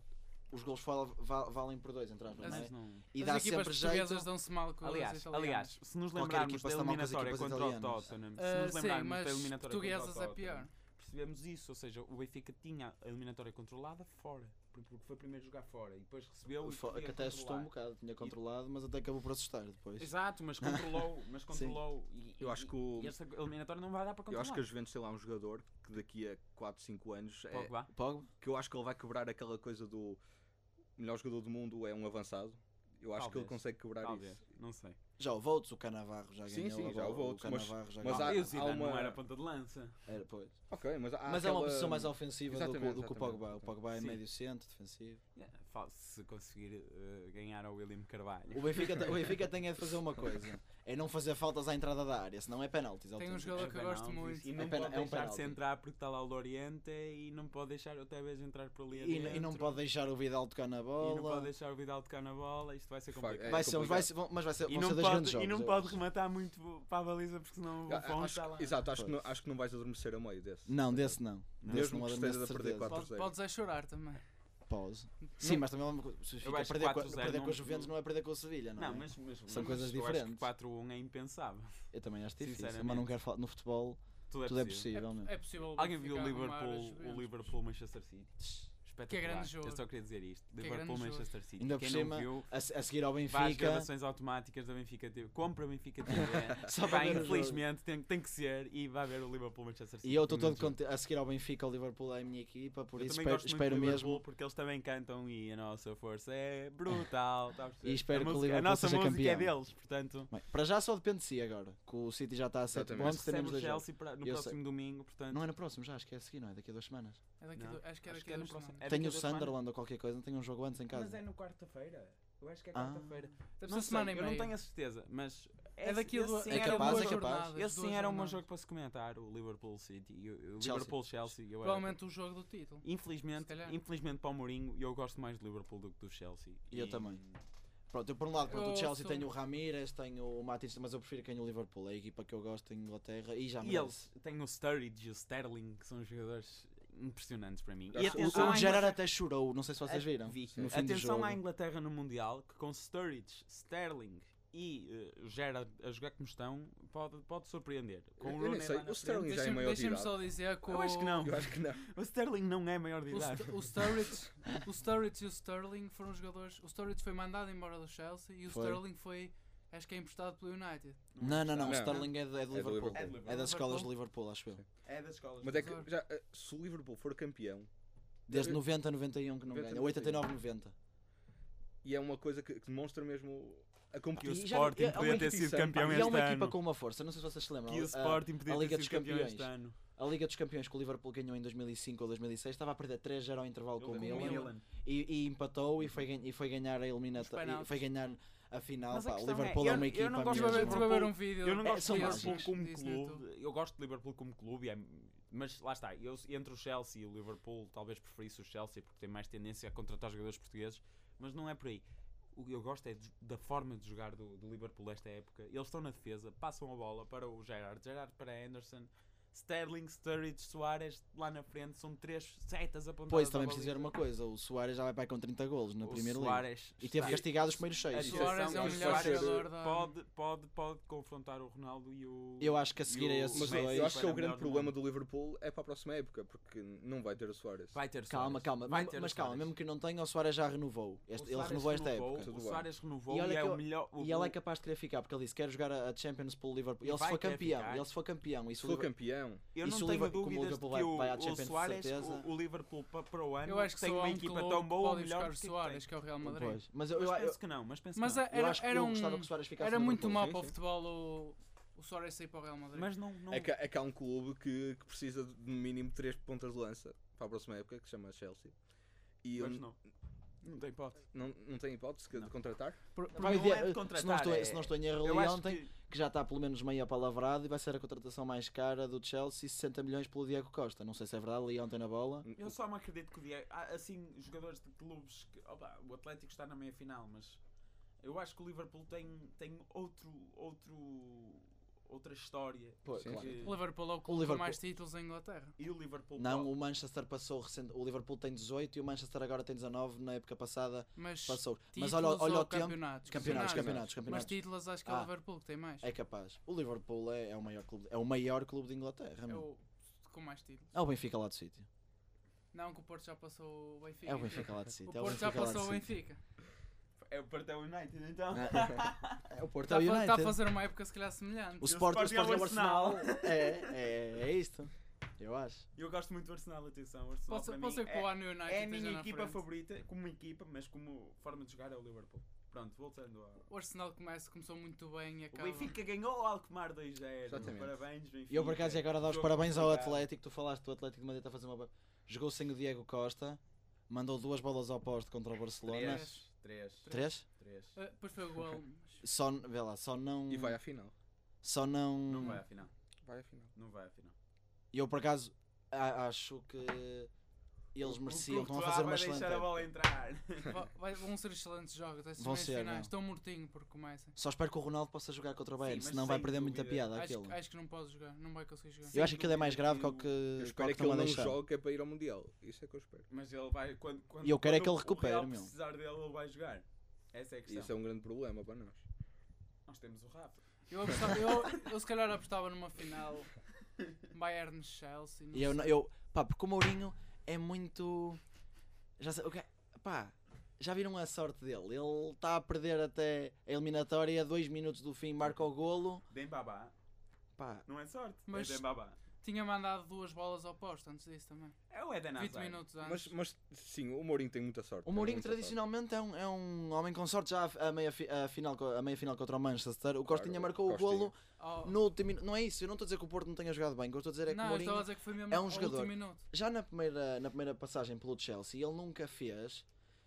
os gols fora va- valem por dois, entre aspas,
Mas
não é?
Mas não-
E
As
dá
equipas
sempre jeito.
portuguesas dão-se mal com as
Aliás,
italianas.
aliás, se nos
Qualquer
lembrarmos
equipa
da
se dá mal com as
eliminatória
equipas
contra o
italianas.
Tottenham, se
Ah,
nos
sim,
lembrarmos
mas
da eliminatória contra o
portuguesas é
Tottenham,
pior.
percebemos isso, ou seja, o Benfica tinha a eliminatória controlada fora. por- porque foi primeiro jogar fora e depois recebeu e
Fo-
podia
que até assustou um
controlar.
bocado, tinha controlado, mas até acabou por assustar depois.
Exato, mas controlou, mas controlou. E,
Eu
e-
acho que o-
e essa eliminatória não vai dar para
Eu
controlar.
acho que a Juventus tem lá um jogador que daqui a 4, 5 anos é,
Pogba.
Pogba?
que eu acho que ele vai quebrar aquela coisa do melhor jogador do mundo é um avançado. Eu acho que ele
Talvez.
consegue quebrar
Talvez,
isso.
não sei.
Já o Volts, o Canavarro já
Sim,
ganhou.
sim, já
agora,
o Volts, mas-
Cannavaro já
mas
ganhou.
há-
e o Zidane
há uma-
não era ponta de lança.
Era, pois.
Ok, mas há
Mas é uma
aquela-
posição mais ofensiva do que o- do,
Exatamente,
que o
exatamente,
Pogba. O
exatamente.
Pogba é
Sim.
médio centro, defensivo.
Yeah, fa- Se conseguir eh, ganhar ao William Carvalho.
O Benfica, te- o Benfica tem é de fazer uma coisa: é não fazer faltas à entrada da área, senão é penaltis.
Tem um
autênticos.
jogador que eu gosto muito.
E não
É pena-
pode
é um
deixar-se
penalti.
entrar porque está lá o Loriente e não pode deixar o Tevez entrar por ali
E, n- e não
adentro,
pode deixar o Vidal tocar na
e não pode
bola.
deixar o Vidal tocar na bola, isto vai ser
Facto, é
complicado.
Vai ser, um- vai
complicado.
ser, vão- mas vai ser,
E
Então, vão ser
não,
dois grandes
pode,
jogos. é
e não
eu
pode
acho.
rematar muito para a baliza porque senão o
Ah,
Buffon
acho
está
que-
lá.
Exato, acho que, não, acho que não vais adormecer a meio desse.
Não, desse não.
Não.
Desse não
Mesmo que
adormeço
estejas a perder
certeza.
4
Pode- Podes a chorar também. É
Pause. Sim, mas também é uma coisa. Se
Eu
fica a
acho que
perder, com,
4-0
perder com
não-
a Juventus não é perder com o Sevilha, não,
Não,
é?
mas, mas-
São
mas
coisas
eu acho que
diferentes.
4-1 é impensável.
Eu também acho difícil, mas não
Sinceramente.
quero falar. No futebol,
Tudo é
tudo é
possível.
possível, meu.
É possível.
Alguém viu o
ficar arrumar as
Liverpool,
Juventus.
o Liverpool Manchester City? Espetacular.
Que é grande jogo.
Eu só queria dizer isto.
é
Liverpool
grande jogo.
Manchester City.
Ainda por
Quem
cima,
não viu,
A, se- a seguir ao
vá às
Benfica,
gravações automáticas da Benfica TV. Compra a Benfica TV.
Só para
Pá,
ver o jogo.
infelizmente tem, tem que ser e vai ver o Liverpool Manchester City.
e eu estou
Grande
todo
jogo.
contente. A seguir ao Benfica, o Liverpool é a minha equipa, por
Eu
isso
também
espero,
gosto muito
espero
do Liverpool
mesmo.
Porque eles também cantam e a nossa força é brutal. tá a perceber?
E espero
a
que o
música- A
Liverpool
nossa
seja
música é
campeão.
deles, portanto.
Bem, para já só depende de si agora, que o City já está a 7
Exatamente.
pontos,
Recebe
teremos
o
dois jogos.
Chelsea pra- no
Eu
próximo domingo, portanto.
Não é no próximo, já acho que é a seguir, não é? Daqui a duas semanas.
É daqui
Não,
do- acho que é
acho
daqui
que é
a
no
duas
próximo-
semanas.
é daqui
Tenho o
a duas semanas.
Sunderland ou qualquer coisa, tenho um jogo antes em
Mas é
casa.
no quarta-feira. Eu acho que é
Ah.
quarta-feira.
Deve
Não
ser
sei,
semana e
eu
meia.
não tenho a certeza, mas
É
esse-
daqui a
esse
duas
sim
É
era
capaz,
duas
é capaz.
jornadas, Esse
duas
sim era um bom
jornadas.
jogo para se comentar, o Liverpool City e o- o
Chelsea.
Liverpool Chelsea. eu era-
Provavelmente o jogo do título.
Infelizmente,
Se calhar.
infelizmente para o Mourinho, eu gosto mais do Liverpool do que do Chelsea.
E eu também. Pronto, eu por um lado, pronto,
Eu
o Chelsea
sou-
tenho o Ramírez, tenho o Matic, mas eu prefiro quem o Liverpool, é a equipa que eu gosto em Inglaterra e já
E
merece.
eles têm o Sturridge e o Sterling, que são jogadores impressionantes para mim.
Eu
E
acho-
O, o
à
Gerard
Inglaterra- É
até chorou, não sei se vocês viram.
Vi.
No fim do
Atenção
jogo.
à Inglaterra no Mundial, que com Sturridge, Sterling e eh, Gerard a jogar como estão, pode, pode surpreender. Com
Eu- eu
Rooney
nem sei,
lá na
o Sterling
frente-
já é
Deixa-me
maior de
deixa-me
idade.
só dizer que
Eu acho que
o-
não.
Eu acho que não.
O Sterling não é maior de
O,
idade.
St- o Sturridge, o Sturridge e o Sterling foram jogadores. O Sturridge foi mandado embora do Chelsea e o
Foi.
Sterling foi, acho que é emprestado pelo United.
Não, não, não, o
Não.
Sterling é, de- é do
É do
Liverpool.
Liverpool.
É das escolas de Liverpool, acho eu.
É das escolas.
Mas é que já, eh, se o Liverpool for campeão,
Desde
Eu-
90 a 91 que não
90,
ganha. 89, 90.
e é uma coisa que, que demonstra mesmo a
Que o
competição.
E já- é-
Sporting
é
podia
uma
ter sido
equipa-
campeão
e é
este
uma equipa
ano.
com uma força, não sei se vocês se lembram.
Que o
a-
Sporting
a,
podia
Liga
ter
dos
sido campeão
Campeões.
este ano.
A Liga dos Campeões que o Liverpool ganhou em 2005 ou 2006 estava a perder 3-0 ao intervalo com o Milan e, e empatou e foi, gan- e foi ganhar a
Os
eliminatória.
penaltis.
Foi ganhar a final.
Mas a
Pá, o
questão é,
Liverpool é,
eu-
uma
eu
equipa.
não gosto de
Estive a ver-
Mas
mesmo.
estive a ver um vídeo.
Eu não
É,
gosto
são
de
desses
Liverpool
básicos.
como
disso no YouTube.
clube. Eu gosto de Liverpool como clube. é- Mas lá está, eu, entre o Chelsea e o Liverpool, talvez preferisse o Chelsea porque tem mais tendência a contratar jogadores portugueses. Mas não é por aí. O que eu gosto é de- da forma de jogar do, do Liverpool esta época. Eles estão na defesa, passam a bola para o Gerard, Gerard para Anderson, Sterling, Sturridge, Soares lá na frente. São três setas apontadas.
Pois,
à
também preciso
baliza.
dizer uma coisa: o Soares já vai para aí com 30 golos na
O
primeira liga.
Soares
E teve
está-
castigado os primeiros
a
6.
Sim. Soares é o
diferença-
melhor
Soares
jogador da-
Pode, pode, pode confrontar o Ronaldo e o.
Eu acho que a seguir a
e o
esses
Mas
dois-
Messi
eu acho que é
para
o grande
melhor do
problema
mundo.
do Liverpool é para a próxima época, porque não vai ter o Soares.
Vai ter
Calma,
Soares.
calma.
Vai
Mesmo-
ter
mas calma,
Soares.
mesmo que não tenha, o Soares já renovou.
O
Este- ele
Soares
renovou esta
renovou,
época.
Tudo
O
bem.
Soares renovou
E
e,
olha
é
que
o
eu-
melhor. O,
E ele é capaz de querer ficar, porque ele disse: quero jogar a a Champions pelo Liverpool. Ele se
vai
for
querer
campeão,
ficar.
ele se for campeão. E se
Se
o
for
Liver-
campeão,
eu
e se
não
o
tenho
Liverpool- como o
dúvidas de
Liverpool
que
vai- vai à
o, o
Champions de
Soares,
certeza.
o, o Liverpool pa- para o ano,
Eu acho que
tem
só há
uma
um
equipa
clube
tão
que
boa ou
pode ir
melhor
buscar o
que tem.
Soares, que é o Real Madrid.
Pois. Mas eu,
Mas
eu, eu,
penso que não, mas penso
Mas
que não.
a- era,
acho que
era,
eu
um,
gostava que o Soares ficasse
era
no
muito
Liverpool.
mau
sim,
para o
sim.
futebol o, o Soares sair para o Real Madrid.
Mas não. não
é que, é que há um clube que, que precisa de no mínimo 3 pontas de lança para a próxima época, que se chama Chelsea. E
mas
um-
hum,
não. Não tem hipótese.
não, não tem hipótese que-
Não.
de contratar?
Por- por
Vai
mim,
Não é de
ver, se, não
contratar,
estou,
é-
se não estou em erro,
Eu
li
acho
ontem que...
que
já está pelo menos meio apalavrado e vai ser a contratação mais cara do Chelsea, 60 milhões pelo Diego Costa. Não sei se é verdade, li ontem na bola.
Eu só me acredito que o Diego. Há assim jogadores de clubes que. opa, o Atlético está na meia final, mas eu acho que o Liverpool tem, tem outro, outro. outra história.
Pô,
Sim,
claro.
que-
O Liverpool é o clube com
Liverpool-
mais títulos da Inglaterra.
E o Liverpool.
Não,
pode-
o Manchester passou recente. O Liverpool tem 18 e o Manchester agora tem 19. Na época passada
Mas,
passou.
títulos
Mas olha, olha
ou
o tempo. Campeonatos,
campeonatos?
campeonatos,
Campeonatos.
Mas
campeonatos.
títulos acho que é o
Ah.
Liverpool que tem mais.
É capaz. O Liverpool é, é o maior clube, é o maior clube de Inglaterra.
É
meu.
o com mais títulos.
É o Benfica lá do sítio.
Não, que o Porto já passou o Benfica.
É o Benfica lá de
O
City. É o
Porto já
Benfica lá
passou o
de City.
Benfica.
É o Porto é o United, então.
É, é o Porto é
Está
o
Tá a fa- está a
United.
fazer uma época se calhar semelhante.
O
E o
Sport, o
Sporting é o
Sport é o
Arsenal.
Arsenal. É, é, é isto. Eu acho.
Eu gosto muito do Arsenal, atenção. O Arsenal
Pode ser
para
pode
mim
ser que
é,
o ano United
é a
esteja
minha
na
equipa
frente.
favorita, como equipa, mas como forma de jogar é o Liverpool. Pronto, voltando ao.
O Arsenal começa, começou muito bem e
O
acaba.
Benfica ganhou o Alkmaar 2-0.
Exatamente.
Parabéns, Benfica.
E eu por acaso já agora dar os
é. Jogo
parabéns ao
complicado.
Atlético. Tu falaste do Atlético de Madrid a fazer uma. ba- Jogou sem o Diego Costa, mandou duas bolas ao poste contra o Barcelona.
Três.
Três, três,
Três?
três.
Ah, Depois foi o gol. mas-
Só, vê lá, só não.
Hum.
E vai à final.
Só não.
Não vai à final.
Vai à final.
Não vai à final.
Eu por acaso a- acho que eles
O- o
mereciam. Estão a
Courtois
fazer uma
vai
excelente.
deixar a
época.
bola entrar.
Va- vai- vão ser excelentes jogos. Estes
Vão
meios
ser, não.
finais. Estão mortinho porque começa.
Só espero que o Ronaldo possa jogar contra o Bayern,
Sim, mas
senão vai
sem
perder muita
dúvida.
piada aquilo.
Acho, acho que não pode jogar. Não vai conseguir jogar.
Eu acho que aquilo é mais grave que o que,
Eh,
Eu
que, o que
espero é que
estão
ele
a
não
deixar.
jogue que é para ir ao Mundial. Isso é que eu espero.
Mas ele vai. Quando, quando,
E eu quero é
quando
que ele
o-
recupere,
o Real
meu.
precisar dele, ele vai jogar. Essa é a
E
questão.
isso é um grande problema para nós.
Nós temos o Rafa.
Eu, apostava- eu, eu se calhar apostava numa final Bayern Chelsea.
E eu, não- eu, pá, porque o Mourinho é muito. Já sei, o que- pá, já viram a sorte dele? Ele está a perder até a eliminatória, dois minutos do fim, marca o golo.
Dembabá.
Pá,
Não é sorte.
Mas-
É Dembabá.
Tinha mandado duas bolas ao poste antes disso também.
É o Eden
20
Hazard.
minutos antes.
Mas, mas sim, o Mourinho tem muita sorte.
o Mourinho
Tem É muita
tradicionalmente é um, é um homem com sorte. Já a, a meia, fi- a final, co- a meia final contra o Manchester, o Costinha
Claro,
marcou
Costinha.
o golo
Oh,
no último minuto. Não é isso, eu não estou a dizer que o Porto não tenha jogado bem, o que eu estou a dizer é que o
não, eu estava a
Mourinho.
dizer que foi mesmo
é um
ao
jogador.
último minuto.
já na primeira, na primeira passagem pelo Chelsea, ele nunca fez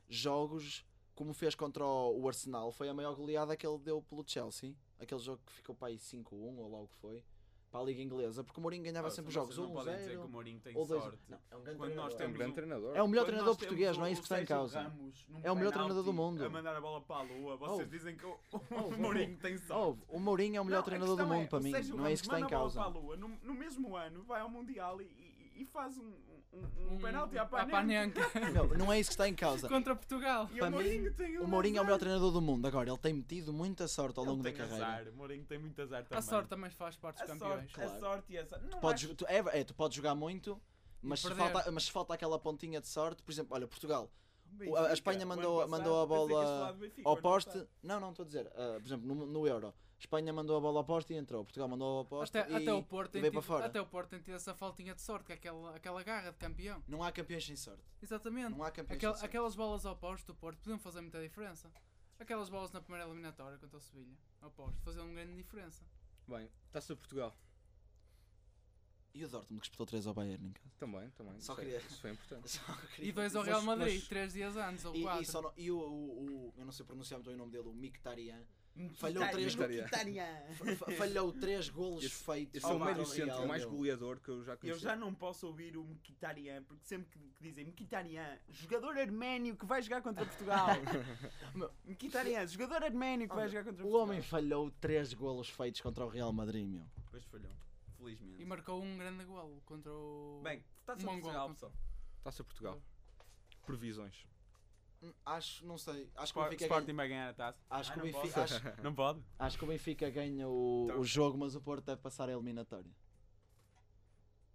jogos como fez contra o o Arsenal. Foi a maior goleada que ele deu pelo Chelsea. Aquele jogo que ficou para aí 5-1 ou lá o que foi. Para a Liga Inglesa. Porque o Mourinho ganhava
Ah,
sempre
vocês
jogos.
Não podem
1-0
dizer que o Mourinho tem
ou 2
sorte.
É um grande
Quando nós
treinador.
sorte. É um
temos
grande
um-
treinador.
É o melhor
Quando
treinador
nós temos
português, não é
o
isso que está em
Sérgio
causa.
Ramos num
É o melhor treinador do
penalti
mundo.
A mandar a bola para a lua. Vocês
Oh.
dizem que o,
Oh,
o Mourinho tem sorte.
Oh, o Mourinho é o melhor
Não, a
treinador do
questão é,
mundo para
o
mim.
Sérgio
Não é isso que está em
Ramos manda a bola
causa.
Para a lua, no, no mesmo ano, vai ao Mundial e, e- e faz um, um, um
Um-
penalti
à
à panela.
Panenka
Não, não é isso que está em causa.
contra Portugal.
E
Para
o
mim,
Mourinho tem
O Mourinho é o melhor
azar.
treinador do mundo. Agora, ele tem metido muita sorte ao
Ele
longo da
tem
carreira.
azar, O Mourinho tem muito azar também.
A sorte também faz parte
A
dos campeões.
sorte, a
Claro.
sorte e a sorte. Não
podes,
acho-
tu, é, é, tu podes jogar muito, mas se,
perder.
falta, mas se falta aquela pontinha de sorte, por exemplo, olha, Portugal,
Benfica,
a Espanha
o ano
mandou-
passado,
mandou a
pensei que ias
bola
falar do Benfica, o
ao
ano
poste.
passado.
Não, não, estou a dizer, ah, por exemplo, no, no Euro, Espanha mandou a bola ao poste e entrou, Portugal mandou ao poste
Até,
e
até o Porto tem
veio para
tido,
fora.
até o Porto tem tido essa faltinha de sorte, que é aquela, aquela garra de campeão.
Não há campeões sem sorte.
Exatamente.
Não há campeões
Aquel-
sem sorte.
aquelas bolas ao posto do Porto podiam fazer muita diferença. Aquelas bolas na primeira eliminatória contra o Sevilha, ao posto, faziam uma grande diferença.
sorte. Bem, Taça de Portugal.
E o Dortmund que espetou 3 ao Bayern em casa.
Também, também.
Só
isso, é,
queria-
isso foi importante.
Só queria
E dois ao
dizer-
Real
Mas-
Madrid,
mas-
três dias antes, ou
E,
quatro.
e só não- e o, o- o- eu não sei pronunciar muito bem o nome dele, o Mkhitaryan, falhou
Mkhitaryan.
3
Mkhitaryan.
falhou três golos
Esse-
feitos.
Esse é o
ao
médio
Real,
centro mais
meu.
goleador que eu já
Eu
conheci.
já não posso ouvir o Mkhitaryan, porque sempre que, que dizem Mkhitaryan, jogador arménio que vai jogar contra Portugal. Mkhitaryan, jogador arménio que vai jogar contra
O
Portugal.
homem falhou três golos feitos contra o Real Madrid, meu.
Depois falhou, felizmente.
E marcou um grande golo contra o.
Bem, está sobre
Mongol.
Portugal, pessoal.
Taça de Portugal. Previsões.
Hum, Acho, não sei. Acho que o
Sport-
Benfica ganha,
Sporting vai ganhar a taça.
acho que
Ah,
o
não
Benfica,
posso.
acho,
Não pode?
acho que o Benfica ganha o,
Então.
o jogo, mas o Porto deve passar a eliminatória.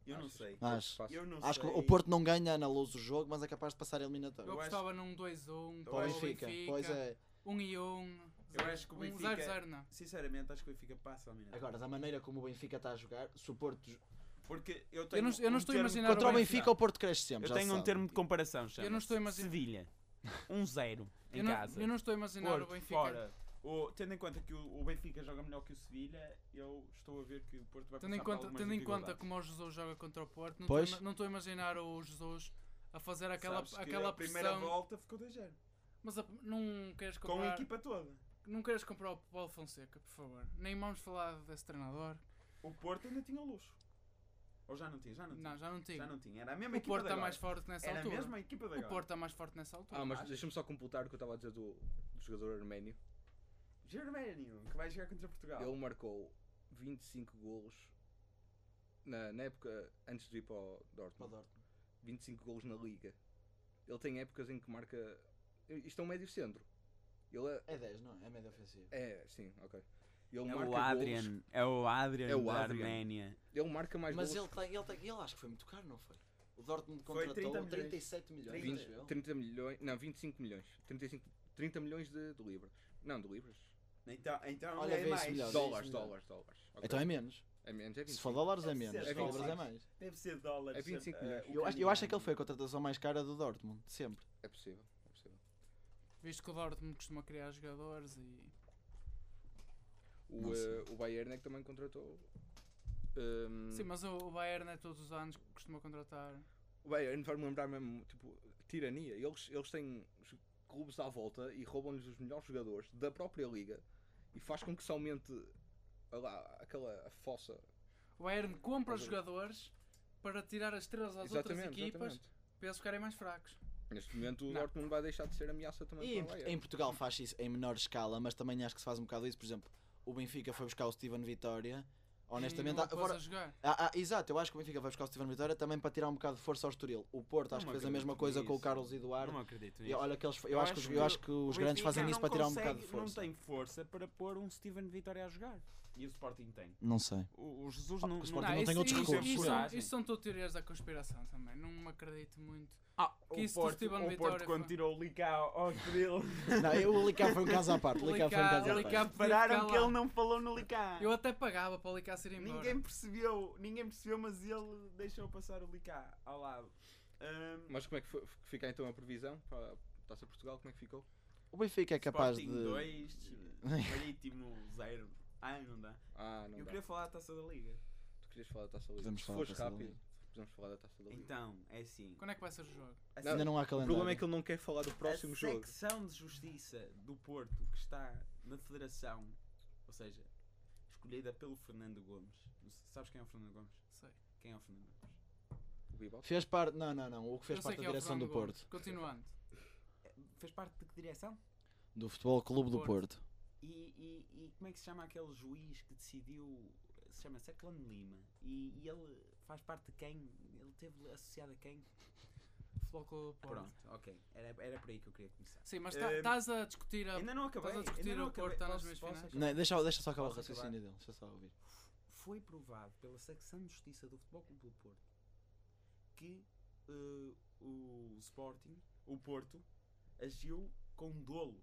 Eu não
Achas?
sei.
Acho.
Passa.
Eu não
Acho que
sei.
o Porto não ganha na luz o jogo, mas é capaz de passar a
eu
eliminatória.
acho-
apostava num 2-1,
Eu
Para o
para
acho-
Benfica, pois é.
1 e 1.
Eu acho que o Benfica- é
0-0, não.
Sinceramente, acho que o Benfica passa ao minuto.
Agora, da maneira como o Benfica está a jogar, se o Porto.
Porque eu tenho.
não- eu não
um
estou a
termo-
imaginar
Contra o
o Benfica-
Benfica, o Porto cresce sempre.
Eu
já se
tenho um
sabe.
termo de comparação, chama
Eu não estou a imaginar-
Sevilha, 1-0 em
Eu não,
casa.
eu não estou a imaginar
Porto,
o Benfica.
fora. O- tendo em conta que o, o Benfica joga melhor que o Sevilha, eu estou a ver que o Porto vai
Tendo em,
passar por
conta,
algumas
tendo em conta
dificuldades.
como o Jesus joga contra o Porto, não
Pois.
estou a- não estou a imaginar o Jesus a fazer aquela,
Sabes que
aquela
a primeira
pressão.
volta ficou 2-0.
Mas a- não queres
Com a
comprar.
equipa toda.
Não queres comprar o Paulo Fonseca, por favor. Nem vamos falar desse treinador.
O Porto ainda tinha luxo. Ou já não tinha, já não tinha.
Não, já não
já
tinha.
não tinha. Era a mesma
O
equipa
Porto
de
está
agora.
mais forte nessa
Era a
altura.
mesma equipa de
O
agora.
Porto está mais forte nessa altura.
Ah, mas
acho-
deixa-me só completar o que eu estava a dizer do, do jogador arménio.
Germânio, que vai jogar contra
Tá.
Portugal.
Ele marcou 25 golos na, na época antes de ir para o
Para o
Dortmund.
Dortmund.
25 golos na liga. Ele tem épocas em que marca. Isto é um médio centro. Ele é.
É 10, não? É médio ofensivo.
É, sim, ok. Ele
É
marca
o
golos.
Adrian, é o Adrian
É o
da
Adrian.
Arménia.
Ele marca mais
Mas
golos.
ele tem, ele tem, ele acho que foi muito caro, não foi? O Dortmund
Foi
contratou
30 milhões.
37 milhões,
Vinte-
acho eu.
30 milhões, não, 25 milhões, 35, 30 milhões de, de libras. Não, de libras.
Então, então
Olha,
é
vê-se
mais.
melhor.
Dólares,
isso
dólares, dólares. Ok.
Então é menos.
É menos, é
Se
25.
for dólares é
Deve
menos,
ser
se for libras é
dólares.
mais.
Deve ser dólares.
É 25
eh,
milhões.
o
Eu acho, eu acho que
caminhão.
ele foi a contratação mais cara do Dortmund, de sempre.
É possível, é possível.
Visto que o Dortmund costuma criar jogadores e.
O,
Não sei.
eh, o Bayern é que também contratou.
Hum.
ehm,
Sim, mas o, o Bayern é todos os anos que costuma contratar.
O Bayern vai-me lembrar mesmo, tipo, tirania. Eles, eles têm os clubes à volta e roubam-lhes os melhores jogadores da própria liga e faz com que se aumente olha lá, aquela fossa.
O Bayern compra
Mas eu-
jogadores para tirar as estrelas às outras equipas para eles ficarem mais fracos.
Neste momento o
Não.
Dortmund vai deixar de ser ameaça também
E em,
para o
Port-
Bayern.
em Portugal faz isso em menor escala, mas também acho que se faz um bocado isso. Por exemplo, o Benfica foi buscar o Steven Vitória. Honestamente,
E
ah,
não o pôs
agora,
a jogar.
Ah, ah, exato, eu acho que o Benfica vai buscar o Steven Vitória também para tirar um bocado de força ao Estoril. O Porto acho
Não
que fez a mesma
acredito
coisa com o
nisso.
Carlos Eduardo.
Não acredito
E
nisso.
olha que eles, eu,
Eu
acho que,
acho
os- eu
que
acho que
O
os grandes
Benfica
fazem isso
não
para tirar um bocado
consegue-
de força.
Não tem força para pôr um Steven Vitória a jogar. E o Sporting tem.
Não sei.
O, o Jesus
Ah,
não.
o
não-
Sporting não tem
isso-
outros
isso-
recursos.
Isso, são-
Coragem.
isso são tudo teorias da conspiração também. Não acredito muito.
Ah,
que
o
isso do
Porto,
Steven
o
Vitória
Porto quando
foi-
tirou o Licá ao Estoril.
Não, eu, o Licá foi um caso à parte. O Licá foi um caso à
Licá-
parte.
Licá-
Repararam que
lá.
ele não falou no Licá.
Eu até pagava para o Licá ser embora.
Ninguém percebeu, ninguém percebeu, mas ele deixou passar o Licá ao lado. Ahm,
Mas como é que, foi, que fica então a previsão para a Taça de Portugal? Como é que ficou?
O Benfica é capaz
Sporting
de.
2, Marítimo 0. Ai, não dá.
Ah, não
eu
dá.
queria falar da taça da Liga.
Tu querias falar da Taça da Liga.
Podemos
Se
falar da
fores
Taça da
rápido,
Liga.
podemos falar da Taça da Liga.
Então, é assim.
Quando é que vai ser o jogo?
assim
Ainda não há
o
calendário.
problema é que ele não quer falar do próximo
a
jogo.
secção de justiça do Porto, que está na Federação, ou seja, escolhida pelo Fernando Gomes. Não sei- Sabes quem é o Fernando Gomes?
Sei.
Quem é o Fernando Gomes?
O Bibal.
Fez parte. Não, não, não. O que fez
Eu sei
parte
que
da
é o
direção do
Fernando Gomes.
Porto.
Continuando.
Eh, Fez parte de que direção?
Do Futebol Clube do
Porto.
Porto.
E, e- e como é que se chama aquele juiz que decidiu? Se chama Seclan Lima. E, e ele faz parte de quem? Ele teve associado a quem?
Futebol Clube do Porto.
Pronto, ok. Era, era por aí que eu queria começar.
Sim, mas tá,
Ehm,
estás a discutir a.
Ainda não acabei.
Ah, estás a discutir
ainda não
o
acabei.
Porto, está nas
Posso-
meias
posso
finais?
acabar?
Não, deixa, deixa só acabar o
Posso acabar?
raciocínio dele. Deixa só ouvir.
foi provado pela secção de justiça do Futebol Clube do Porto que eh, o Sporting, o Porto, agiu com dolo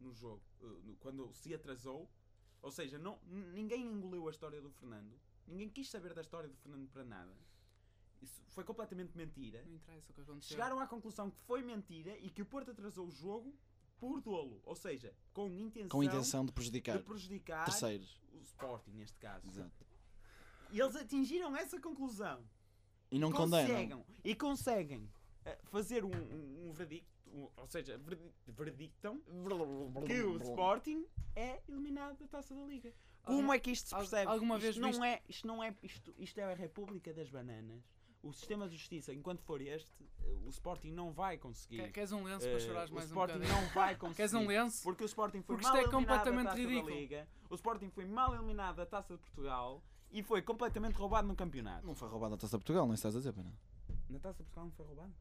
no jogo, eh, no- quando se atrasou. Ou seja, não, n- ninguém engoliu a história do Fernando, ninguém quis saber da história do Fernando para nada. Isso foi completamente mentira.
Não interessa o que aconteceu.
Chegaram à conclusão que foi mentira e que o Porto atrasou o jogo por dolo, ou seja, com intenção,
Com a intenção de
de
prejudicar
prejudicar
terceiros.
o Sporting, neste caso.
Exato.
E eles atingiram essa conclusão.
E não condenam.
Conseguem, e conseguem eh, fazer um, um, um verdicto, um- ou seja, verdi- verdictam que o Sporting é eliminado da Taça da Liga.
Algum-
Como é que isto se
al-
percebe?
alguma
isto,
vez
não
viste-
é, isto não é, isto, isto é a República das Bananas. O sistema de justiça, enquanto for este, eh, o Sporting não vai conseguir.
Que- Queres um lenço
Eh,
para chorares
o
mais um
Sporting
bocadinho?
não vai conseguir.
Queres um lenço?
Porque o Sporting foi
Porque
mal
isto é
eliminado
completamente
da Taça
ridículo.
da Liga. O Sporting foi mal eliminado da Taça de Portugal e foi completamente roubado no campeonato.
Não foi roubado a taça de Portugal, não estás a dizer, pois não?
Na Taça de Portugal não um foi roubado?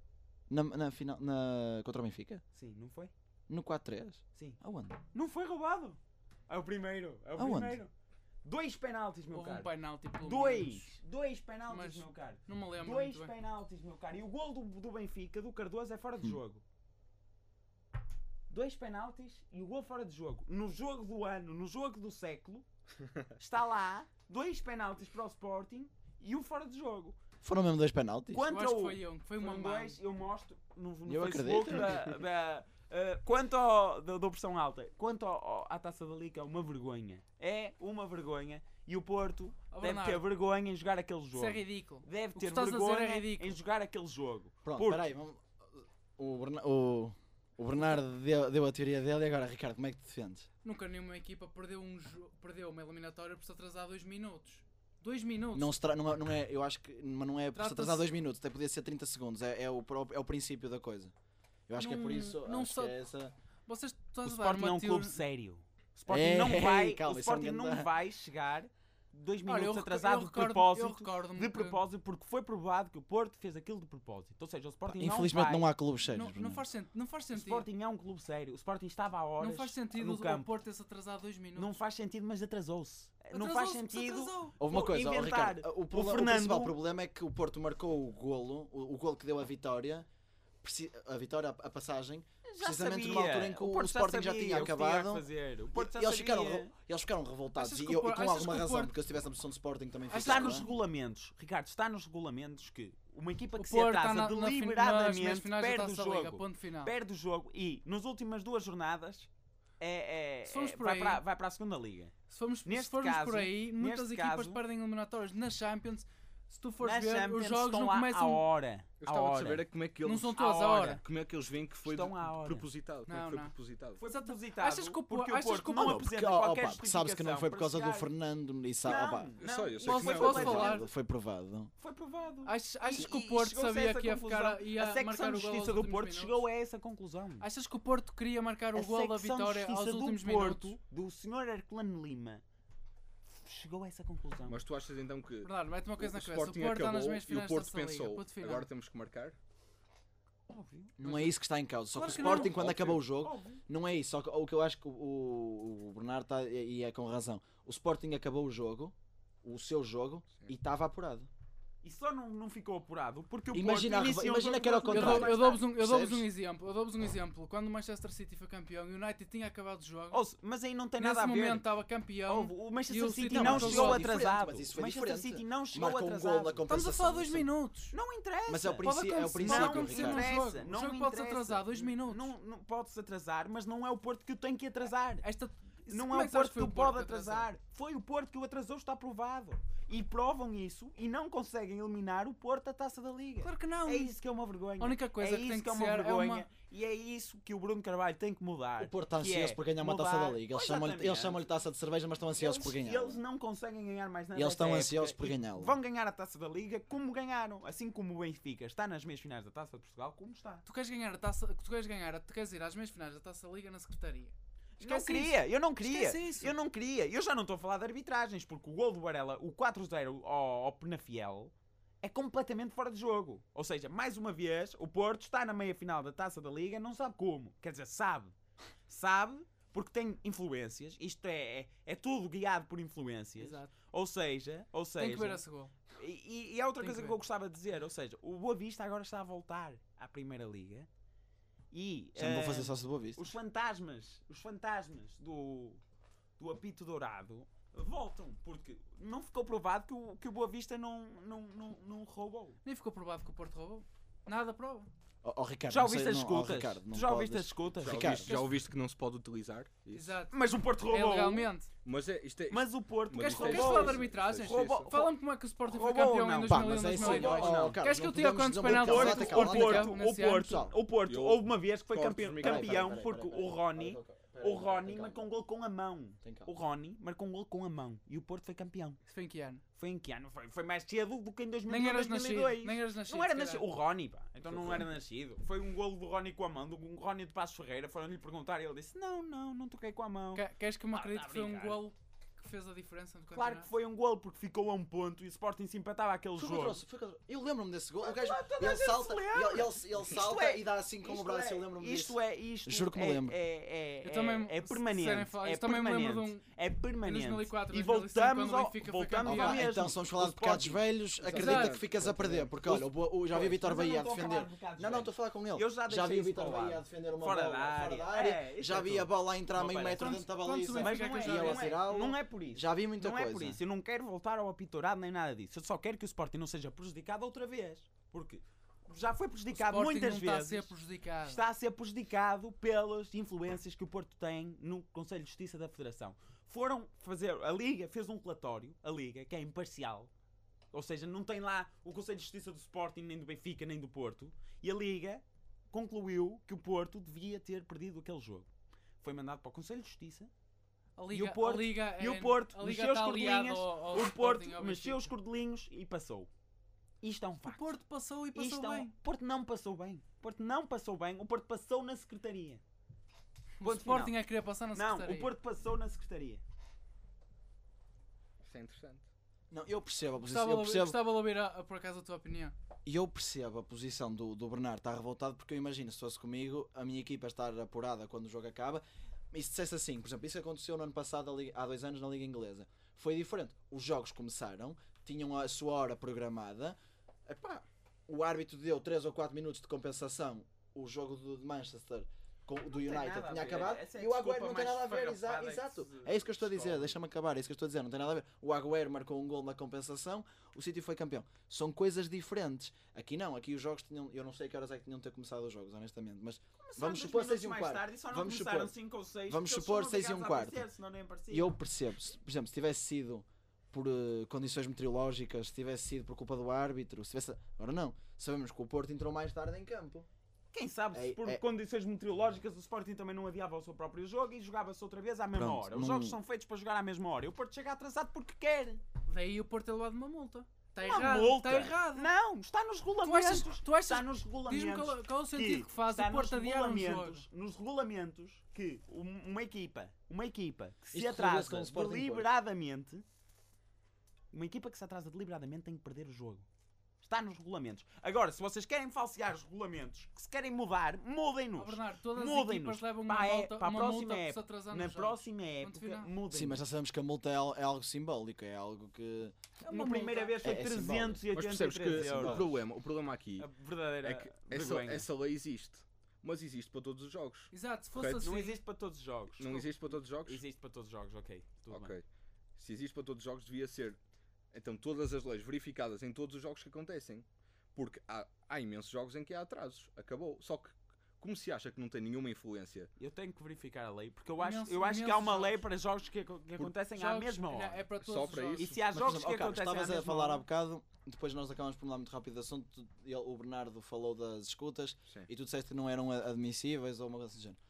Na, na final. Na, contra o Benfica?
Sim, não foi?
No 4-3?
Sim.
Aonde?
Não foi roubado. É o primeiro, é o
Aonde?
primeiro. Dois penaltis, meu
Houve um
caro.
penalti pelo menos.
Dois, dois penaltis,
Mas-
meu caro.
Não me lembro
Dois
muito bem.
penaltis, meu caro. E o gol do, do Benfica, do Cardoso, é fora de jogo. Dois penaltis e o gol fora de jogo. No jogo do ano, no jogo do século, está lá dois penaltis para o Sporting e um fora de jogo.
Foram mesmo dois penaltis?
Eu
Quanto
acho que
ao.
foi um, que foi uma
foram
mão.
dois, eu mostro no, no
Eu
Facebook da.
acredito.
da eh, quanto ao, da, da opção alta, quanto ao- ao- à taça da Liga, é uma vergonha. É uma vergonha. E o Porto
Oh,
deve ter
Bernardo,
vergonha em jogar aquele
Isso
jogo
é ridículo.
deve
O que
ter
estás a dizer é
vergonha
ridículo.
em jogar aquele jogo.
Pronto,
Porque-
peraí. Vamos... O, Berna... o... o Bernardo deu, deu a teoria dele e agora, Ricardo, como é que te defendes?
Nunca nenhuma equipa perdeu, um jo- perdeu uma eliminatória por se atrasar dois minutos. Dois minutos.
Não, se tra... não, é, não é, eu acho que, mas não é por se
Trata-se-
atrasar dois minutos, até podia ser 30 segundos, é, é, o, pró- é o princípio da coisa. Eu acho que é por
Não-
isso,
não
acho
só-
que é essa...
Vocês
O
estás a dar
Sporting é
uma
um
teoria.
clube sério. O Sporting
Ei,
não vai,
É, calma,
o
isso é um
Sporting não
grande-
vai chegar dois
Olha, eu
minutos
reco-
atrasado
eu
de
recordo- Eu
propósito.
recordo
De propósito, porque foi provado que o Porto fez aquilo de propósito. Ou seja, o Sporting
Infelizmente
não,
não
vai.
há clubes sérios.
Não, não,
Bruno.
faz, sen- não faz
O
sentido.
Sporting é um clube sério. O Sporting estava a horas
não faz sentido
no
o- o
campo.
Porto ter-se atrasado dois minutos.
Não faz sentido, mas atrasou-se. Não faz
Atrasou-se, se
sentido.
atrasou.
Houve uma
Pô,
coisa, ó,
inventar.
Ricardo, o, problema- o
Fernando-
principal problema é que o Porto marcou o golo, o, o golo que deu a vitória, preci- a vitória, a, a passagem, precisamente numa altura em que o,
Porto
Sporting já,
sabia
tinha
o que a
acabado.
fazer. O Porto já
e eles,
sabia.
ficaram, re- eles ficaram revoltados
Achas
e,
que o
eu- e
Por-
com
achas
alguma
que o
razão,
Porto-
porque se tivesse a posição de Sporting também
Achas
ficava.
Está
que
nos
o-
regulamentos, Ricardo, está nos regulamentos que uma equipa
O
que se
Porto está
atrasa
na, na, fin- nas meias
deliberadamente
finais da
perde o
Taça da Liga,
jogo.
ponto final.
Perde o jogo e nas últimas duas jornadas é, é-
Se formos
é-
por
vai,
aí-
para, vai para a segunda liga.
Se formos, se
Neste
formos
caso-
por aí, muitas
neste
equipas
caso-
perdem eliminatórias na Champions. Se tu fores
Na
ver,
Champions
os jogos
estão
não
lá à
começam.
hora.
Eu
à
estava a
hora.
saber é como é que
Não
eles,
são todas à
à
hora.
hora.
como é que eles veem que foi
Estão
de-
à hora.
propositado. Como é
Não,
que foi
não.
propositado?
Foi
Exato.
propositado.
Achas que o Por-
porque o
achas
Porto
que o
não
Porto-
apresenta
Porque, ó,
qualquer
pá, sabes que não
justificação
foi por
para
causa do
chegar-
Fernando e sa- ó, pá,
Não,
Eu sei, eu sei
não
que não
foi
é
por
por
causa
causa
do-
falar.
Foi provado.
Foi provado.
Achas, achas
E-
que
e
o Porto
chegou-se a
sabia
essa
que ia
conclusão.
ficar ia
A secção
marcar
de
o gol
justiça
aos
do
últimos
Porto
minutos?
chegou a essa conclusão.
Achas que o Porto queria marcar
a
o gol da
secção
vitória
de
aos
justiça
últimos
do Porto,
minutos?
do Sr. Herculano Lima, chegou a essa conclusão.
Mas tu achas então que
Verdade, mete uma
o, o
coisa na cabeça. O
Sporting
Porto está nas
acabou
meias
e o
finais
Porto
da Taça da Liga,
pensou
ponto final.
agora temos que marcar?
Óbvio,
Não é isso que está em causa. Só
Claro
que
que
o
não.
Sporting, quando
Óbvio.
acabou o jogo,
óbvio.
Não é isso, só que o que eu acho que o, o Bernardo está e é com razão. O Sporting acabou o jogo, o seu jogo, e estava apurado.
E só não, não ficou apurado porque o
Imagina a
Porto
reva-
iniciou
imagina
o jogo
que era o
duas
Eu
contrário.
dou-
jornadas
eu dou-vos um, eu dou-vos
Percebes?
um exemplo. Eu dou-vos um exemplo. Quando o Manchester City foi campeão e o United tinha acabado o
tarde.
jogo,
Ou se- mas aí não tem
nesse
nada a ver.
momento estava campeão.
Houve- o Manchester
Então, E o
City
City
não,
marcou
chegou
um
gol.
atrasado.
Mas isso
O
foi
Manchester
diferente.
City não chegou
Marcou um gol
atrasado.
na
Estamos
compensação.
a falar dois
isso é-
minutos.
não interessa.
Mas é o,
Pode
princípio, é o
acontecer,
princípio,
pode acontecer,
Ricardo.
mas- é um
interessa,
jogo. O
não
jogo pode-se
interessa.
atrasar dois minutos.
Não, não, pode-se atrasar, mas não é o Porto que o tem que atrasar.
Esta,
Não
como
é o
que
Porto
sabes que
que
foi
o pode
atrasar?
atrasar. Foi o Porto que o atrasou, está provado. E provam isso e não conseguem eliminar o Porto da taça da Liga.
Claro que não.
É isso que é uma vergonha.
A única coisa
é
que
isso
tem
é
que
uma
ser é
vergonha.
uma-
E é isso que o Bruno Carvalho tem que mudar.
O Porto está
que
ansioso
é
por ganhar uma taça da
mudar-
liga. Eles chamam-lhe
Exatamente.
eles chamam-lhe taça de cerveja, mas estão ansiosos por
Eles-
ganhar.
Eles não conseguem ganhar mais nada.
E eles
esta
estão
época
ansiosos por
e
ganhá-la.
Vão ganhar a taça da Liga como ganharam. Assim como o Benfica está nas meias finais da taça de Portugal, como está.
Tu queres ganhar a taça, tu queres ganhar, tu queres ir às meias finais da Taça da Liga na secretaria.
não
Esquece
queria, eu não queria.
Esquece isso.
Eu não queria. Eu já não estou a falar de arbitragens, porque o gol do Varela, o 4-0 ao, ao Penafiel, é completamente fora de jogo. Ou seja, mais uma vez, o Porto está na meia final da taça da Liga, não sabe como. Quer dizer, sabe. Sabe porque tem influências. Isto é, é, é tudo guiado por influências.
Exato.
Ou seja, ou seja.
Tem que ver esse gol.
E, e- e há outra
Tem
coisa
que
que,
ver.
eu gostava de dizer, ou seja, o Boa Vista agora está a voltar à Primeira Liga e
Já não vão
eh,
fazer só se de boa vista.
os fantasmas, os fantasmas do, do apito dourado voltam, porque não ficou provado que o, que o Boa Vista não, não, não, não roubou.
Nem ficou provado que o Porto roubou. Nada prova.
Ó, ó, Ricardo,
já
não sei-
ouviste as
não, ó,
escutas?
Ricardo,
Tu
não
já ouviste as
podes-
escutas?
Já
Ricardo.
ouviste, já ouviste que não se pode utilizar? Isso?
Exato.
Mas o Porto
É
roubou.
legalmente.
Mas é, isto é.
Mas o Porto
mas
Queres,
isto é
queres
isso,
falar de
isso,
arbitragens?
isso, isso, isso.
Roubou-
Fala-me como é que o Sporting foi
Roubou ou
campeão em
não?
Pá,
2001
mas é isso.
2002.
ó, ó,
Não.
Ricardo,
Queres que
não
eu diga
podemos
quantos penaltis
desbloquear-
é
Então, Porto,
que
Calma,
o Porto,
calma,
Sporting
calma.
teve nesse
o Porto,
ano?
o Porto,
Eu-
houve uma vez que foi
Cortes,
campeão,
Miguel.
campeão
Peraí, peraí,
porque
peraí,
o
peraí,
Rony,
peraí, peraí,
o
peraí,
Rony
calma.
marcou um gol com a mão.
Tem calma.
O Rony marcou um gol com a mão e o Porto foi campeão.
Isso foi em que ano?
Foi em que ano? Foi, foi mais cedo do que em 2000,
Nem eras nascido.
2002.
Nem eras nascido.
Não era
se calhar.
nascido. O Rony, pá. Então não era nascido. Foi um golo do Rony com a mão, do um Rony de Passos Ferreira. Foram-lhe perguntar e ele disse: Não, não, não toquei com a mão.
Que- Queres que eu me
Ah,
acredite
tá a
que foi um
brincar.
golo que fez a diferença no campeonato?
Claro que foi um golo porque ficou a um ponto e o Sporting se empatava aquele
Foi
jogo.
contra o- foi contra- Eu lembro-me desse gol. O gajo
Claro, toda a
ele
gente se
salta,
lembra.
ele, ele- ele salta
é-
e dá assim com o braço. eu lembro-me disso.
Isto é, isto
Juro que me
é,
lembro.
É, é,
Eu
é-
também-
é
se quiserem
permanente.
falar,
é
eu também me lembro de um
permanente. É permanente.
2004,
e
2005,
voltamos
quando o
ao,
Benfica foi
voltamos
campeão.
ao
Opa,
mesmo.
então se vamos falar
O
de pecados
Sporting-
velhos, acredita
Exato.
que ficas a perder. Porque olha, o, Bo- o- já vi o Vitor
Mas eu
Bahia a
não estou a falar
defender.
de pecados
Não, não,
velhos.
estou a falar com ele.
Eu já
vi
deixei
o Vitor
isso para lá.
Bahia a defender uma
Fora
bola
da
fora
área.
da área.
É, isso
já
é
vi
tudo.
a bola a entrar
Não,
meio
pera.
metro dentro da
Quantos- quantos
baliza.
Mas
Benfica
não é,
que
eu já
não,
vi.
é,
Tirá-lo.
não é por isso.
Já vi muita
não é por
coisa.
isso, eu não quero voltar ao apitorado nem nada disso. Eu só quero que o Sporting não seja prejudicado outra vez. Porque já foi prejudicado
Sporting
muitas
não está a
vezes.
ser prejudicado.
Está a ser prejudicado pelas influências que o Porto tem no Conselho de Justiça da Federação. Foram fazer. A Liga fez um relatório, a Liga, que é imparcial. Ou seja, não tem lá o Conselho de Justiça do Sporting, nem do Benfica, nem do Porto. E a Liga concluiu que o Porto devia ter perdido aquele jogo. Foi mandado para o Conselho de Justiça.
A Liga,
o Porto-
a Liga
e o
é-
Porto
a Liga
mexeu
está
as
aliada
cordelinhas,
ao- ao
O Porto
Sporting, ao
mexeu os
Benfica.
cordelinhos e passou. Isto é um
O
facto.
Porto passou e passou
Isto é um-
bem.
O Porto não passou bem. O Porto não passou bem. O Porto passou na secretaria.
O
Ponto
Sporting
final.
é querer passar na
Não,
secretaria.
o Porto passou na secretaria.
Isso é interessante.
Não, eu percebo a posição.
Gostava,
Eu
de-
percebo,
gostava de ouvir, a- a- por acaso, a tua opinião.
E eu percebo a posição do, do Bernardo estar revoltado porque eu imagino se fosse comigo a minha equipa estar apurada quando o jogo acaba e se dissesse assim, por exemplo, isso aconteceu no ano passado, a Liga- há dois anos na Liga Inglesa. Foi diferente. Os jogos começaram, tinham a sua hora programada. Epá, o árbitro deu 3 ou 4 minutos de compensação. O jogo do de Manchester com- do
tem
United
nada a
tinha
ver.
acabado
Essa é a
e o
desculpa
Agüero não tem
mais
nada a ver. exa-
esfarrapada que
exato.
se
É isso que eu estou a dizer.
descobre.
Deixa-me acabar. É isso que eu estou a dizer. Não tem nada a ver. O Agüero marcou um gol na compensação. O City foi campeão. São coisas diferentes. Aqui não, aqui os jogos tinham. Eu não sei que horas é que tinham de ter começado os jogos, honestamente, mas Vamos supor seis e um quarto. Vamos supor- vamos supor seis e um quarto. e eu percebo. Se, por exemplo, se tivesse sido por eh, condições meteorológicas, se tivesse sido por culpa do árbitro, se tivesse. Agora não. Sabemos que o Porto entrou mais tarde em campo.
Quem sabe se
É-
por
é-
condições meteorológicas o Sporting também não adiava o seu próprio jogo e jogava-se outra vez à mesma
Pronto,
hora. Os
não-
jogos são feitos para jogar à mesma hora. E o Porto chega atrasado porque quer.
Daí o Porto ter levado uma multa. Está
Uma
errado.
multa.
Está errado.
Não, está nos
Tu achas,
regulamentos.
tu achas
Está nos
Diz-me
regulamentos.
qual, qual é o sentido que faz
está
o Porto
nos
adiar um jogo.
regulamentos, nos regulamentos que um- uma equipa, uma equipa que se
Isto resolveu-se com
atrasa
o Sporting Porto.
deliberadamente, uma equipa que se atrasa deliberadamente tem que perder o jogo. Está nos regulamentos. Agora, se vocês querem falsear os regulamentos, que se querem mudar,
Oh,
mudem-nos.
Bernardo, todas as
Mudem-nos.
equipas levam uma,
Para, a-
multa,
para a
uma
próxima
multa por se
época.
atrasar
Na
nos jogos.
próxima época,
final.
mudem.
Sim, mas já sabemos que a multa é, al- é algo simbólico, é algo que.
É uma
Na primeira
multa.
vez foi
É- é simbólico.
383
Mas percebes que
euros.
o problema, o problema aqui
é A verdadeira
é que essa,
vergonha.
essa lei existe, mas existe para todos os jogos.
Exato, se fosse
Correto.
assim.
Não existe para todos os jogos.
Não existe para todos os jogos?
Existe para todos os jogos, ok. Tudo bem.
Ok. Se existe para todos os jogos, devia ser então todas as leis verificadas em todos os jogos que acontecem. Porque há, há imensos jogos em que há atrasos. Acabou. Só que, como se acha que não tem nenhuma influência,
Eu tenho que verificar a lei, porque eu acho,
Imenso-
eu acho que há uma
imensos
lei
jogos.
para jogos que, aco- que acontecem à
Jogos-
mesma
não,
hora.
É para
Só
todos
para
os jogos.
isso.
E se há um-
Mas, por
jogos
exemplo,
que
ó, Carlos,
acontecem à
Estavas
mesma
a falar há
hora...
bocado, depois nós acabamos por mudar muito rápido de assunto. tu- ele- o Bernardo falou das escutas
Sim.
e tu disseste que não eram a- admissíveis ou uma coisa assim do género.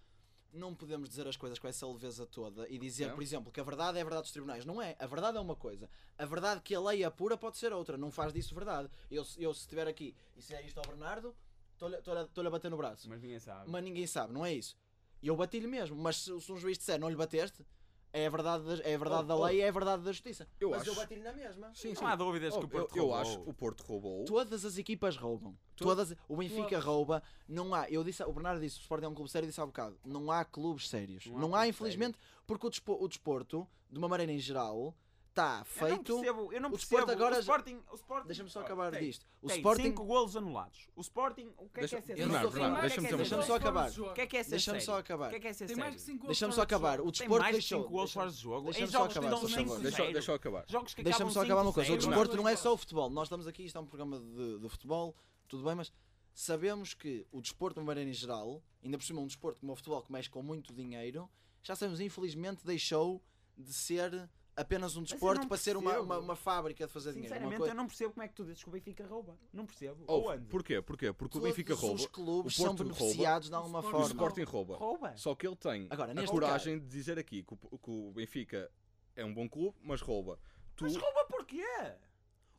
Não podemos dizer as coisas com essa leveza toda e dizer,
Não.
por exemplo, que a verdade é a verdade dos tribunais. Não é. A verdade é uma coisa. A verdade que a lei apura pode ser outra. Não faz disso verdade. Eu, se- eu se estiver aqui e se é isto ao Bernardo, estou-lhe estou-lhe a- estou-lhe a bater no braço
Mas ninguém sabe.
mas ninguém sabe, não é isso. E eu bati-lhe mesmo, mas se, se um juiz disser não lhe bateste, é a verdade da, é a verdade
Oh,
da
oh.
lei e é a verdade da justiça.
Eu
mas
acho-
eu bati-lhe na mesma.
Sim,
Não há dúvidas que o Porto
eu, eu
roubou.
acho que o Porto roubou.
Todas as equipas roubam.
To-
Todas, o Benfica
Todas.
rouba, não há. Eu disse, o Bernardo disse, o Sporting é um clube sério, disse há bocado, não há clubes sérios.
Não há
Não, há,
clubes
infelizmente, porque o, despo- o desporto, de uma maneira em geral, está
Eu não
feito.
percebo, eu não
o
percebo.
Sporting agora
o
já-
Sporting, o Sporting
Deixa-me só
olha,
acabar
tem-
disto. O
tem
Sporting,
cinco golos anulados. O Sporting, o que é que é
Deixa-
ser
Eu não sou
sério? O
Bernardo,
que é que é
deixa-me
ser
dizer
deixa-me
uma
sério?
só acabar.
O que é que é ser
Deixa-me só
sério?
acabar.
O que é que é ser
Tem mais de
sério?
5
Deixa-me só acabar. O
Tem
desporto
mais de
deixou.
5 golos
deixa-me-
fora de jogo. Em
deixa-me só
jogos que
acabar,
dão
por favor.
5
Deixa, deixa eu acabar.
Jogos que
Deixa-me
acabam um
só acabar uma
5-0.
coisa. O
Bernardo.
desporto não é só o futebol. Nós estamos aqui, isto é um programa de, de futebol, tudo bem, mas sabemos que o desporto, de uma maneira em geral, ainda por cima um desporto como o futebol que mexe com muito dinheiro, já sabemos, infelizmente, deixou de ser apenas um
eu
desporto
não
para ser uma,
percebo.
uma, uma fábrica de fazer dinheiro. Uma
Sinceramente,
coisa-
eu não percebo como é que tu dizes que o Benfica rouba. Não percebo.
Oh,
Aonde?
porquê? Porquê? Porque o Benfica
Todos
rouba,
Os clubes
o Porto
são beneficiados de alguma
o
o
rouba.
forma.
Sporting rouba.
Rouba.
Só que ele tem
Agora,
a
neste
coragem de dizer aqui que o, que o Benfica é um bom clube, mas rouba. Tu
Mas rouba porquê?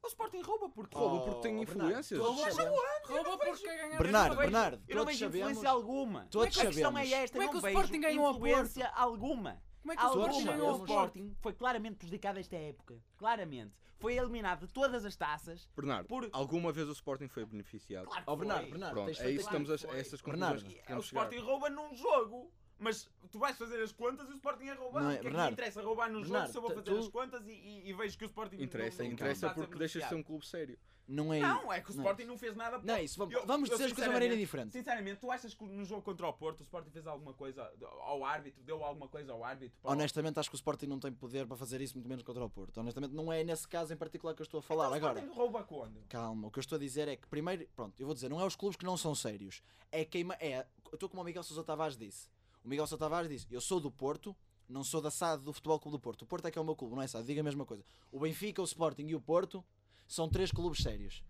O Sporting rouba porquê? Ah,
rouba porque tem
Oh, Bernardo,
influências.
todos
Mas
sabemos-
Rouba porque ganhar
Bernardo,
Eu não vejo-
Bernardo,
eu não
todos
vejo influência
sabemos-
alguma.
todos
a questão é
sabemos.
esta,
Como é que
não
o
vejo
Sporting ganhou ao Porto?
influência alguma.
Como é que o
alguma.
Sporting ganhou ao
o
Porto?
Sporting foi claramente prejudicado esta época. Claramente. Foi eliminado de todas as taças.
Bernardo,
Por-
alguma vez o Sporting foi beneficiado?
Claro que
Oh, Bernardo,
foi.
Bernardo,
Pronto, é
tens
isso
feito
que estamos a, é
Claro, foi.
estas conclusões
Bernardo,
que
É, O
queremos chegar.
Sporting rouba num jogo. Mas tu vais fazer as contas e o Sporting é roubar.
Não
o que
é,
é que me
Bernardo,
interessa roubar num jogo
Bernardo,
se eu vou
tu-
fazer
tu-
as contas e, e- e vejo que o Sporting não-
Interessa,
não, não
interessa
está a ser
porque deixas de ser um
beneficiado?
clube sério.
Não é
Não, é que o
Não.
Sporting não, fez nada
Não é isso. Vamos,
Eu-
vamos
eu
dizer as coisas de uma maneira
sinceramente-
diferente.
Sinceramente, tu achas que no jogo contra o Porto o Sporting fez alguma coisa ao árbitro? Deu alguma coisa ao árbitro? Para o-
Honestamente, acho que o Sporting não tem poder para fazer isso, muito menos contra o Porto. Honestamente, não é nesse caso em particular que eu estou a falar.
Então, o
Agora,
Sporting rouba quando?
Calma, o que eu estou a dizer é que primeiro, pronto, eu vou dizer, não é os clubes que não são sérios. É quem ma- é, eu estou como o Miguel Sousa Tavares disse. O Miguel Sousa Tavares disse, eu sou do Porto, não sou da SAD do Futebol Clube do Porto. O Porto é que é o meu clube, não é SAD, diga a mesma coisa. O Benfica, o Sporting e o Porto são três clubes sérios.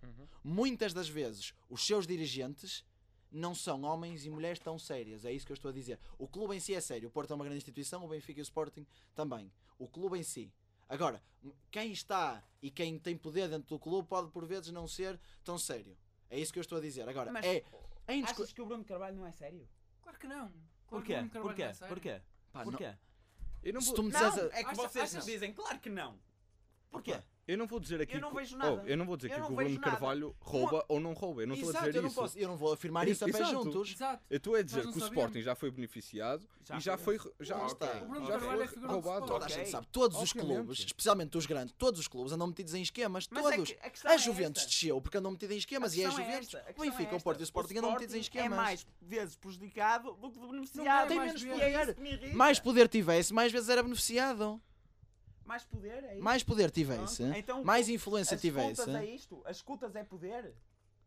Muitas das vezes, os seus dirigentes não são homens e mulheres tão sérias, é isso que eu estou a dizer. O clube em si é sério, o Porto é uma grande instituição, o Benfica e o Sporting também. O clube em si. Agora, m- quem está e quem tem poder dentro do clube pode por vezes não ser tão sério. É isso que eu estou a dizer. Agora,
Mas-
é, é indiscu-
Achas que o Bruno Carvalho não é sério?
Claro que não. Claro que
Porquê?
o Bruno Carvalho
Porquê?
não é sério.
Porquê?
Pá, não-
Porquê?
Eu não
se
vou-
tu me
Não,
disseres a-
é que
Acha-
vocês
achas-
dizem, claro que não. Porquê?
Eu não vou dizer aqui.
Eu não
que-
vejo
oh,
nada.
eu não vou dizer
Eu
que
não
o
vejo
Bruno
nada.
Carvalho rouba ou não rouba. Eu não estou a
Exato,
dizer
eu não
isso.
posso, eu não vou afirmar isso a pé
Exato.
juntos.
Exato.
Eu estou a dizer
não
que o
sabíamos.
Sporting já foi beneficiado e já foi. Já,
Lá está.
O Bruno
já
Carvalho
foi
é figura do
roubado.
Toda
Sporting.
Ok.
a gente sabe, todos os
Obviamente.
clubes, especialmente os grandes, todos os clubes andam metidos em esquemas,
Mas é
todos.
que- a questão
a
é
Juventus
esta.
desceu porque andam metidos em esquemas
A
e a
questão é
Juventus,
esta, a
o
questão
Benfica,
é
o Porto
esta.
e o Sporting andam metidos em
Sporting É
esquemas.
mais vezes prejudicado do que
Não
beneficiado.
é
Tem
mais
menos
vezes.
E é
poder.
isso que me irrita.
Mais poder tivesse, mais vezes era beneficiado.
Mais poder é isso?
Mais poder tivesse,
Pronto. Então,
mais influência
as
tivesse.
escutas é isto? As escutas é poder?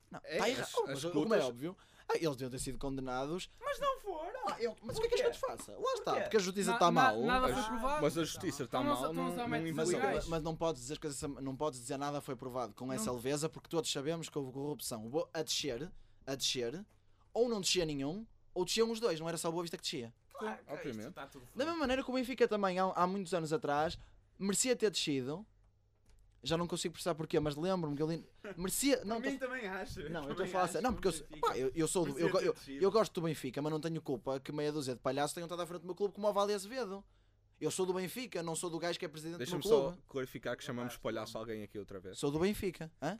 Não,
É,
tá errado.
as-
mas
as
como é
escutas-
óbvio, ah, eles deviam ter sido condenados.
Mas não foram!
Ah, eu- mas o que é que a
Porquê?
gente faça? Lá está,
Porquê?
porque a justiça
Na-
está
na-
mal.
Nada foi
Ah,
provado.
Mas a justiça está
Então não
mal,
são-
não,
não são
não
métodos
Mas,
influi.
legais.
mas não podes dizer que essa- não podes dizer nada foi provado com essa
Não.
leveza porque todos sabemos que houve corrupção. O Bo- A descer, a descer, ou não descia nenhum, ou desciam os dois, não era só o Boa Vista que descia.
Claro, isto
obviamente.
tá
está tudo
Da
feito.
mesma maneira que o Benfica também há, há muitos anos atrás merecia ter descido. Já não consigo precisar porquê, mas lembro-me que eu li... merecia, não,
Não,
tô-
mim também acho.
não, eu estou
também
a falar
acho
sério. Não,
que
porque eu,
o
sou-
Benfica-
pá, eu, eu sou do, eu,
Merecia
go-
ter
eu,
descido.
eu gosto do Benfica, mas não tenho culpa que meia dúzia de palhaços tenham estado à frente do meu clube como o Vale Azevedo. Eu sou do Benfica, não sou do gajo que é presidente do meu
Deixa-me
clube.
só clarificar que chamamos palhaço alguém aqui outra vez.
Sou do Benfica. Hã?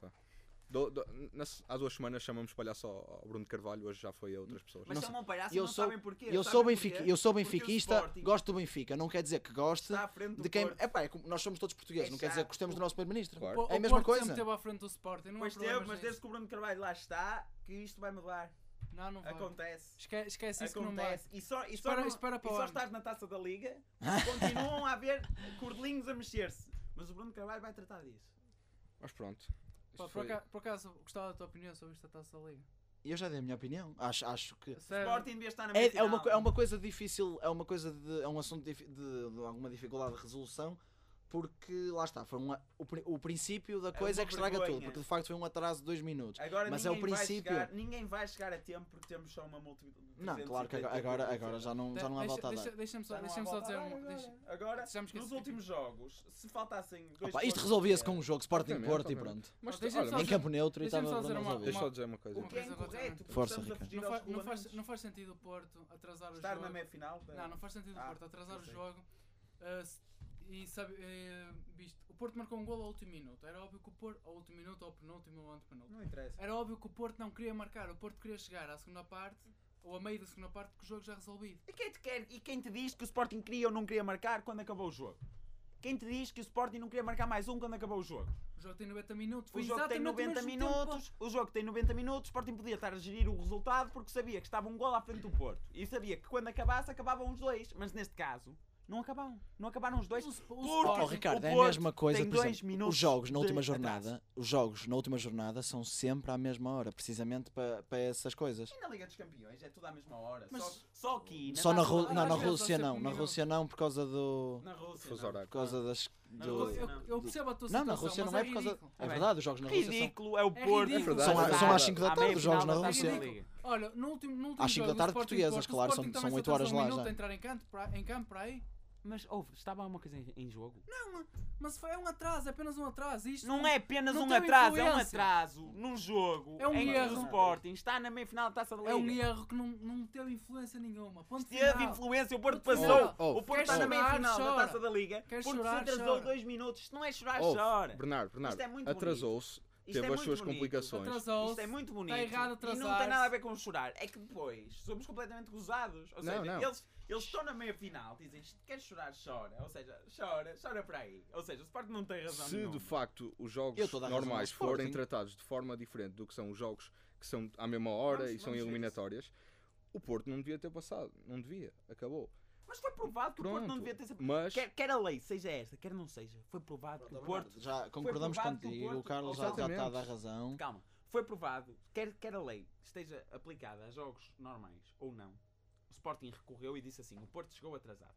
Do- do- na- há duas semanas chamamos palhaço ao ao Bruno Carvalho, hoje já foi a outras pessoas.
Mas
Não
chamam palhaço
E eu
não
sou-
sabem porquê.
Eu sou,
sabem
benfica,
porquê?
eu sou
Porque o
benfiquista,
Sporting
gosto do Benfica, não quer dizer que goste
Está à frente do
de quem.
Porto.
É pá, é como- nós somos todos portugueses,
É
não quer dizer
chato.
que gostemos do nosso primeiro-ministro.
Claro.
É
O-
a
o
mesma
Porto
coisa.
sempre esteve à frente do Sporting. Não há
Pois teve,
problemas
mas
nisso.
desde que o Bruno Carvalho lá está, que isto vai mudar.
Não, não vai.
Acontece.
Esque- Esquece isso que não vai.
Acontece. E só, e só,
Espera-
não-
espera para
e
o
só
ano.
estás na taça da liga, continuam a haver cordelinhos a mexer-se. Mas o Bruno Carvalho vai tratar disso.
Mas pronto.
Pá,
Isto
por,
foi-
acaso, por acaso, gostava da tua opinião sobre esta taça da liga.
E eu já dei a minha opinião. Acho, acho que.
Sério?
Sporting devia estar na
É, é
meia-final.
uma, co- é uma coisa difícil, é uma coisa de. é um assunto difi- de, de alguma dificuldade de resolução, porque lá está, foi um a- o, pri- o princípio da coisa é,
uma
que estraga
vergonha.
tudo, porque de facto foi um atraso de dois minutos.
Agora
Mas é o
ninguém vai
princípio.
chegar- ninguém vai chegar a tempo porque temos só uma multidão.
Não, claro que agora, agora, agora já, não, já não há
Deixa-
volta a
deixa-
dar.
Deixa-me só,
Já não há
deixa só
volta a
dizer
dar
uma.
agora.
deixa-
um, Agora,
Deixamos que
nos
esse- tipo
últimos jogos, se faltassem dois é,
Opa, isto
pontos
resolvia-se
de
com um jogo Sporting
Exatamente,
Porto e
exatamente.
pronto.
Mas,
Oh, deixa-me
olha,
É. só
Em
dizer-
campo neutro e
deixa-me
estava
só dizer
para
uma-
nós
deixa
uma-
eu dizer uma coisa. Tipo,
O que é
Uma coisa
incorreto, porque
Força,
estamos a
Ricardo.
fugir
Não
aos
faz, não, faz,
regulamentos.
não faz sentido o Porto atrasar o
Estar
jogo.
na meia-final. da-
Não, não faz sentido o
Ah,
Porto atrasar
eu
o
sei.
jogo. Ah, se- e sabe, eh, visto, o Porto marcou um gol ao último minuto. Era óbvio que o Porto, ao último minuto, ao penúltimo ou antepenúltimo.
Não interessa.
Era óbvio que o Porto não queria marcar. O Porto queria chegar à segunda parte ou a meio da segunda parte que o jogo já resolvido.
E quem, te quer, e quem te diz que o Sporting queria ou não queria marcar quando acabou o jogo? Quem te diz que o Sporting não queria marcar mais um quando acabou o jogo?
O jogo tem 90 minutos.
O
Foi
jogo tem
exatamente o
90
mesmo tempo.
minutos, o jogo tem 90 minutos, o Sporting podia estar a gerir o resultado porque sabia que estava um gol à frente do Porto. E sabia que quando acabasse acabavam os dois, mas neste caso não acabavam. Não acabaram os dois.
O, Sp- o
Porto-
Sporting-
Oh, Ricardo,
o
é a
Porto
mesma coisa,
tem
por
dois
exemplo,
minutos
os jogos na
de
última
atraso.
jornada, os jogos na última jornada são sempre à mesma hora, precisamente para para essas coisas.
E na Liga dos Campeões é tudo à mesma hora.
Mas-
Só, só aqui.
Só na,
taça
Ru
da-
não, na
às vezes
Rússia
dá sempre
não,
um
na
minuto.
Rússia não por causa do
Na Rússia.
Fuso
não.
horário.
por causa das
Na
do-
Eu,
Rússia,
eu-
não.
eu percebo a tua
Não,
situação,
na Rússia
mas
não é por
é
causa
ridículo.
É
bem.
verdade, os jogos na Rússia são
Ridículo é o
É
Porto.
ridículo.
São- são às
5 da tarde os jogos na
É
Rússia.
ridículo. Olha, no último, no último
Às cinco da
jogo,
tarde,
no Sporting
portuguesas,
Porto, o
claro,
Sporting
são-
também
são
só
oito horas
atrasou
lá
um minuto
já.
a entrar em campo, pra- em campo para aí.
Mas houve, estava uma coisa em, em jogo?
Mas foi- é um atraso, é apenas um atraso. Isto
Não é apenas
Não
um
tem
atraso, é um
influência.
atraso num jogo
É um
em que o
erro.
Sporting está na meia-final da Taça da Liga.
É um erro que não, não teve influência nenhuma. Ponto
Teve
final.
influência, o Porto
Ponto
passou.
final.
Oh, oh,
O Porto está
Quer
na meia-final
chorar,
da
chora.
Taça da Liga.
Quer
Porto se
chorar,
atrasou
chora.
dois minutos. Isto não é chorar,
Ouve,
chora.
Bernardo, Bernardo,
Isto é muito bonito.
atrasou-se,
Isto
Oh, teve
é
as
muito
suas
bonito.
complicações.
Atrasou-se.
Isto é muito bonito.
Está
e
errado
não tem
atrasar-se.
nada a ver com chorar. É que depois somos completamente gozados. Ou
Não,
seja,
não.
Eles, eles estão na meia final, dizem queres chorar, chora. Ou seja, chora, chora para aí. Ou seja, o Sporting não tem razão.
Se
nenhuma.
de facto os
Eu
jogos
estou a dar razão ao
normais forem
Sporting.
tratados de forma diferente do que são os jogos que são à mesma hora
Vamos-
e são
vamos ver
eliminatórias, o Porto não devia ter passado. Não devia. Acabou.
Mas foi provado que o Porto não
Pronto.
devia ter sido.
Mas
Quer, quer a lei seja esta, quer não seja, foi provado que o Porto.
Já concordamos
provado que o
contigo,
Porto-
o Carlos já já está a dar razão.
Calma, foi provado, quer, quer a lei esteja aplicada a jogos normais ou não, o Sporting recorreu e disse assim: o Porto chegou atrasado.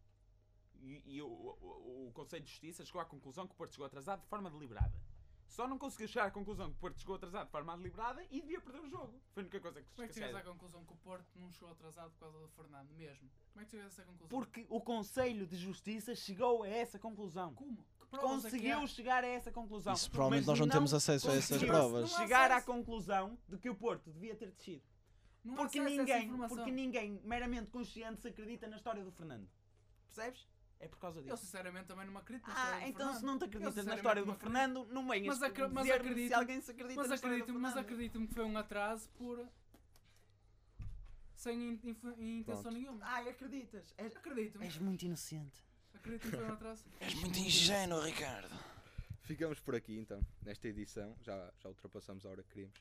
E, e o, o- o- o Conselho de Justiça chegou à conclusão que o Porto chegou atrasado de forma deliberada. Só não conseguiu chegar à conclusão que o Porto chegou atrasado de forma deliberada e devia perder o jogo. Foi a única coisa que se
Como é que chegas à
esqueceram.
conclusão que o Porto não chegou atrasado por causa do Fernando mesmo? Como é que chegas a essa conclusão?
Porque o Conselho de Justiça chegou a essa conclusão.
Como? Que provas é que
Conseguiu
há?
chegar a essa conclusão.
Isso provavelmente
Mas
nós não temos acesso a
conseguiu
essas provas.
Não há
Chegar à
acesso.
conclusão de que o Porto devia ter descido.
Não há
Porque
acesso a essa
ninguém,
informação.
porque ninguém meramente consciente se acredita na história do Fernando. Percebes?
É por causa
Eu
disso.
sinceramente também não acredito na história
Ah,
do
então se
Fernando.
não te
Eu,
acreditas na
sinceramente,
história do
não acredito.
Fernando, não venhas
Mas acre- mas
dizer-me se
acredito-
alguém se acredita
Mas
na história do
acredito, mas
Fernando.
acredito-me que foi um atraso por. sem in- inf- intenção
Pronto.
nenhuma.
Ai, acreditas. És,
Acredito-me,
Ah, é- és muito inocente.
acredito-me que foi um atraso.
És muito ingênuo, Ricardo.
Ficamos por aqui então, nesta edição. Já, já ultrapassamos a hora que queríamos.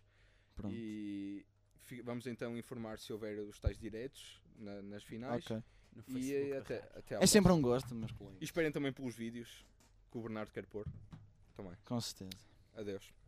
Pronto.
E fi- vamos então informar se houver os tais diretos na- nas finais.
Ok.
E
um
eh, até, até à
É sempre
próxima.
um gosto, meus
E
colegas.
esperem também pelos vídeos que o Bernardo quer pôr. Também.
Com certeza.
Adeus.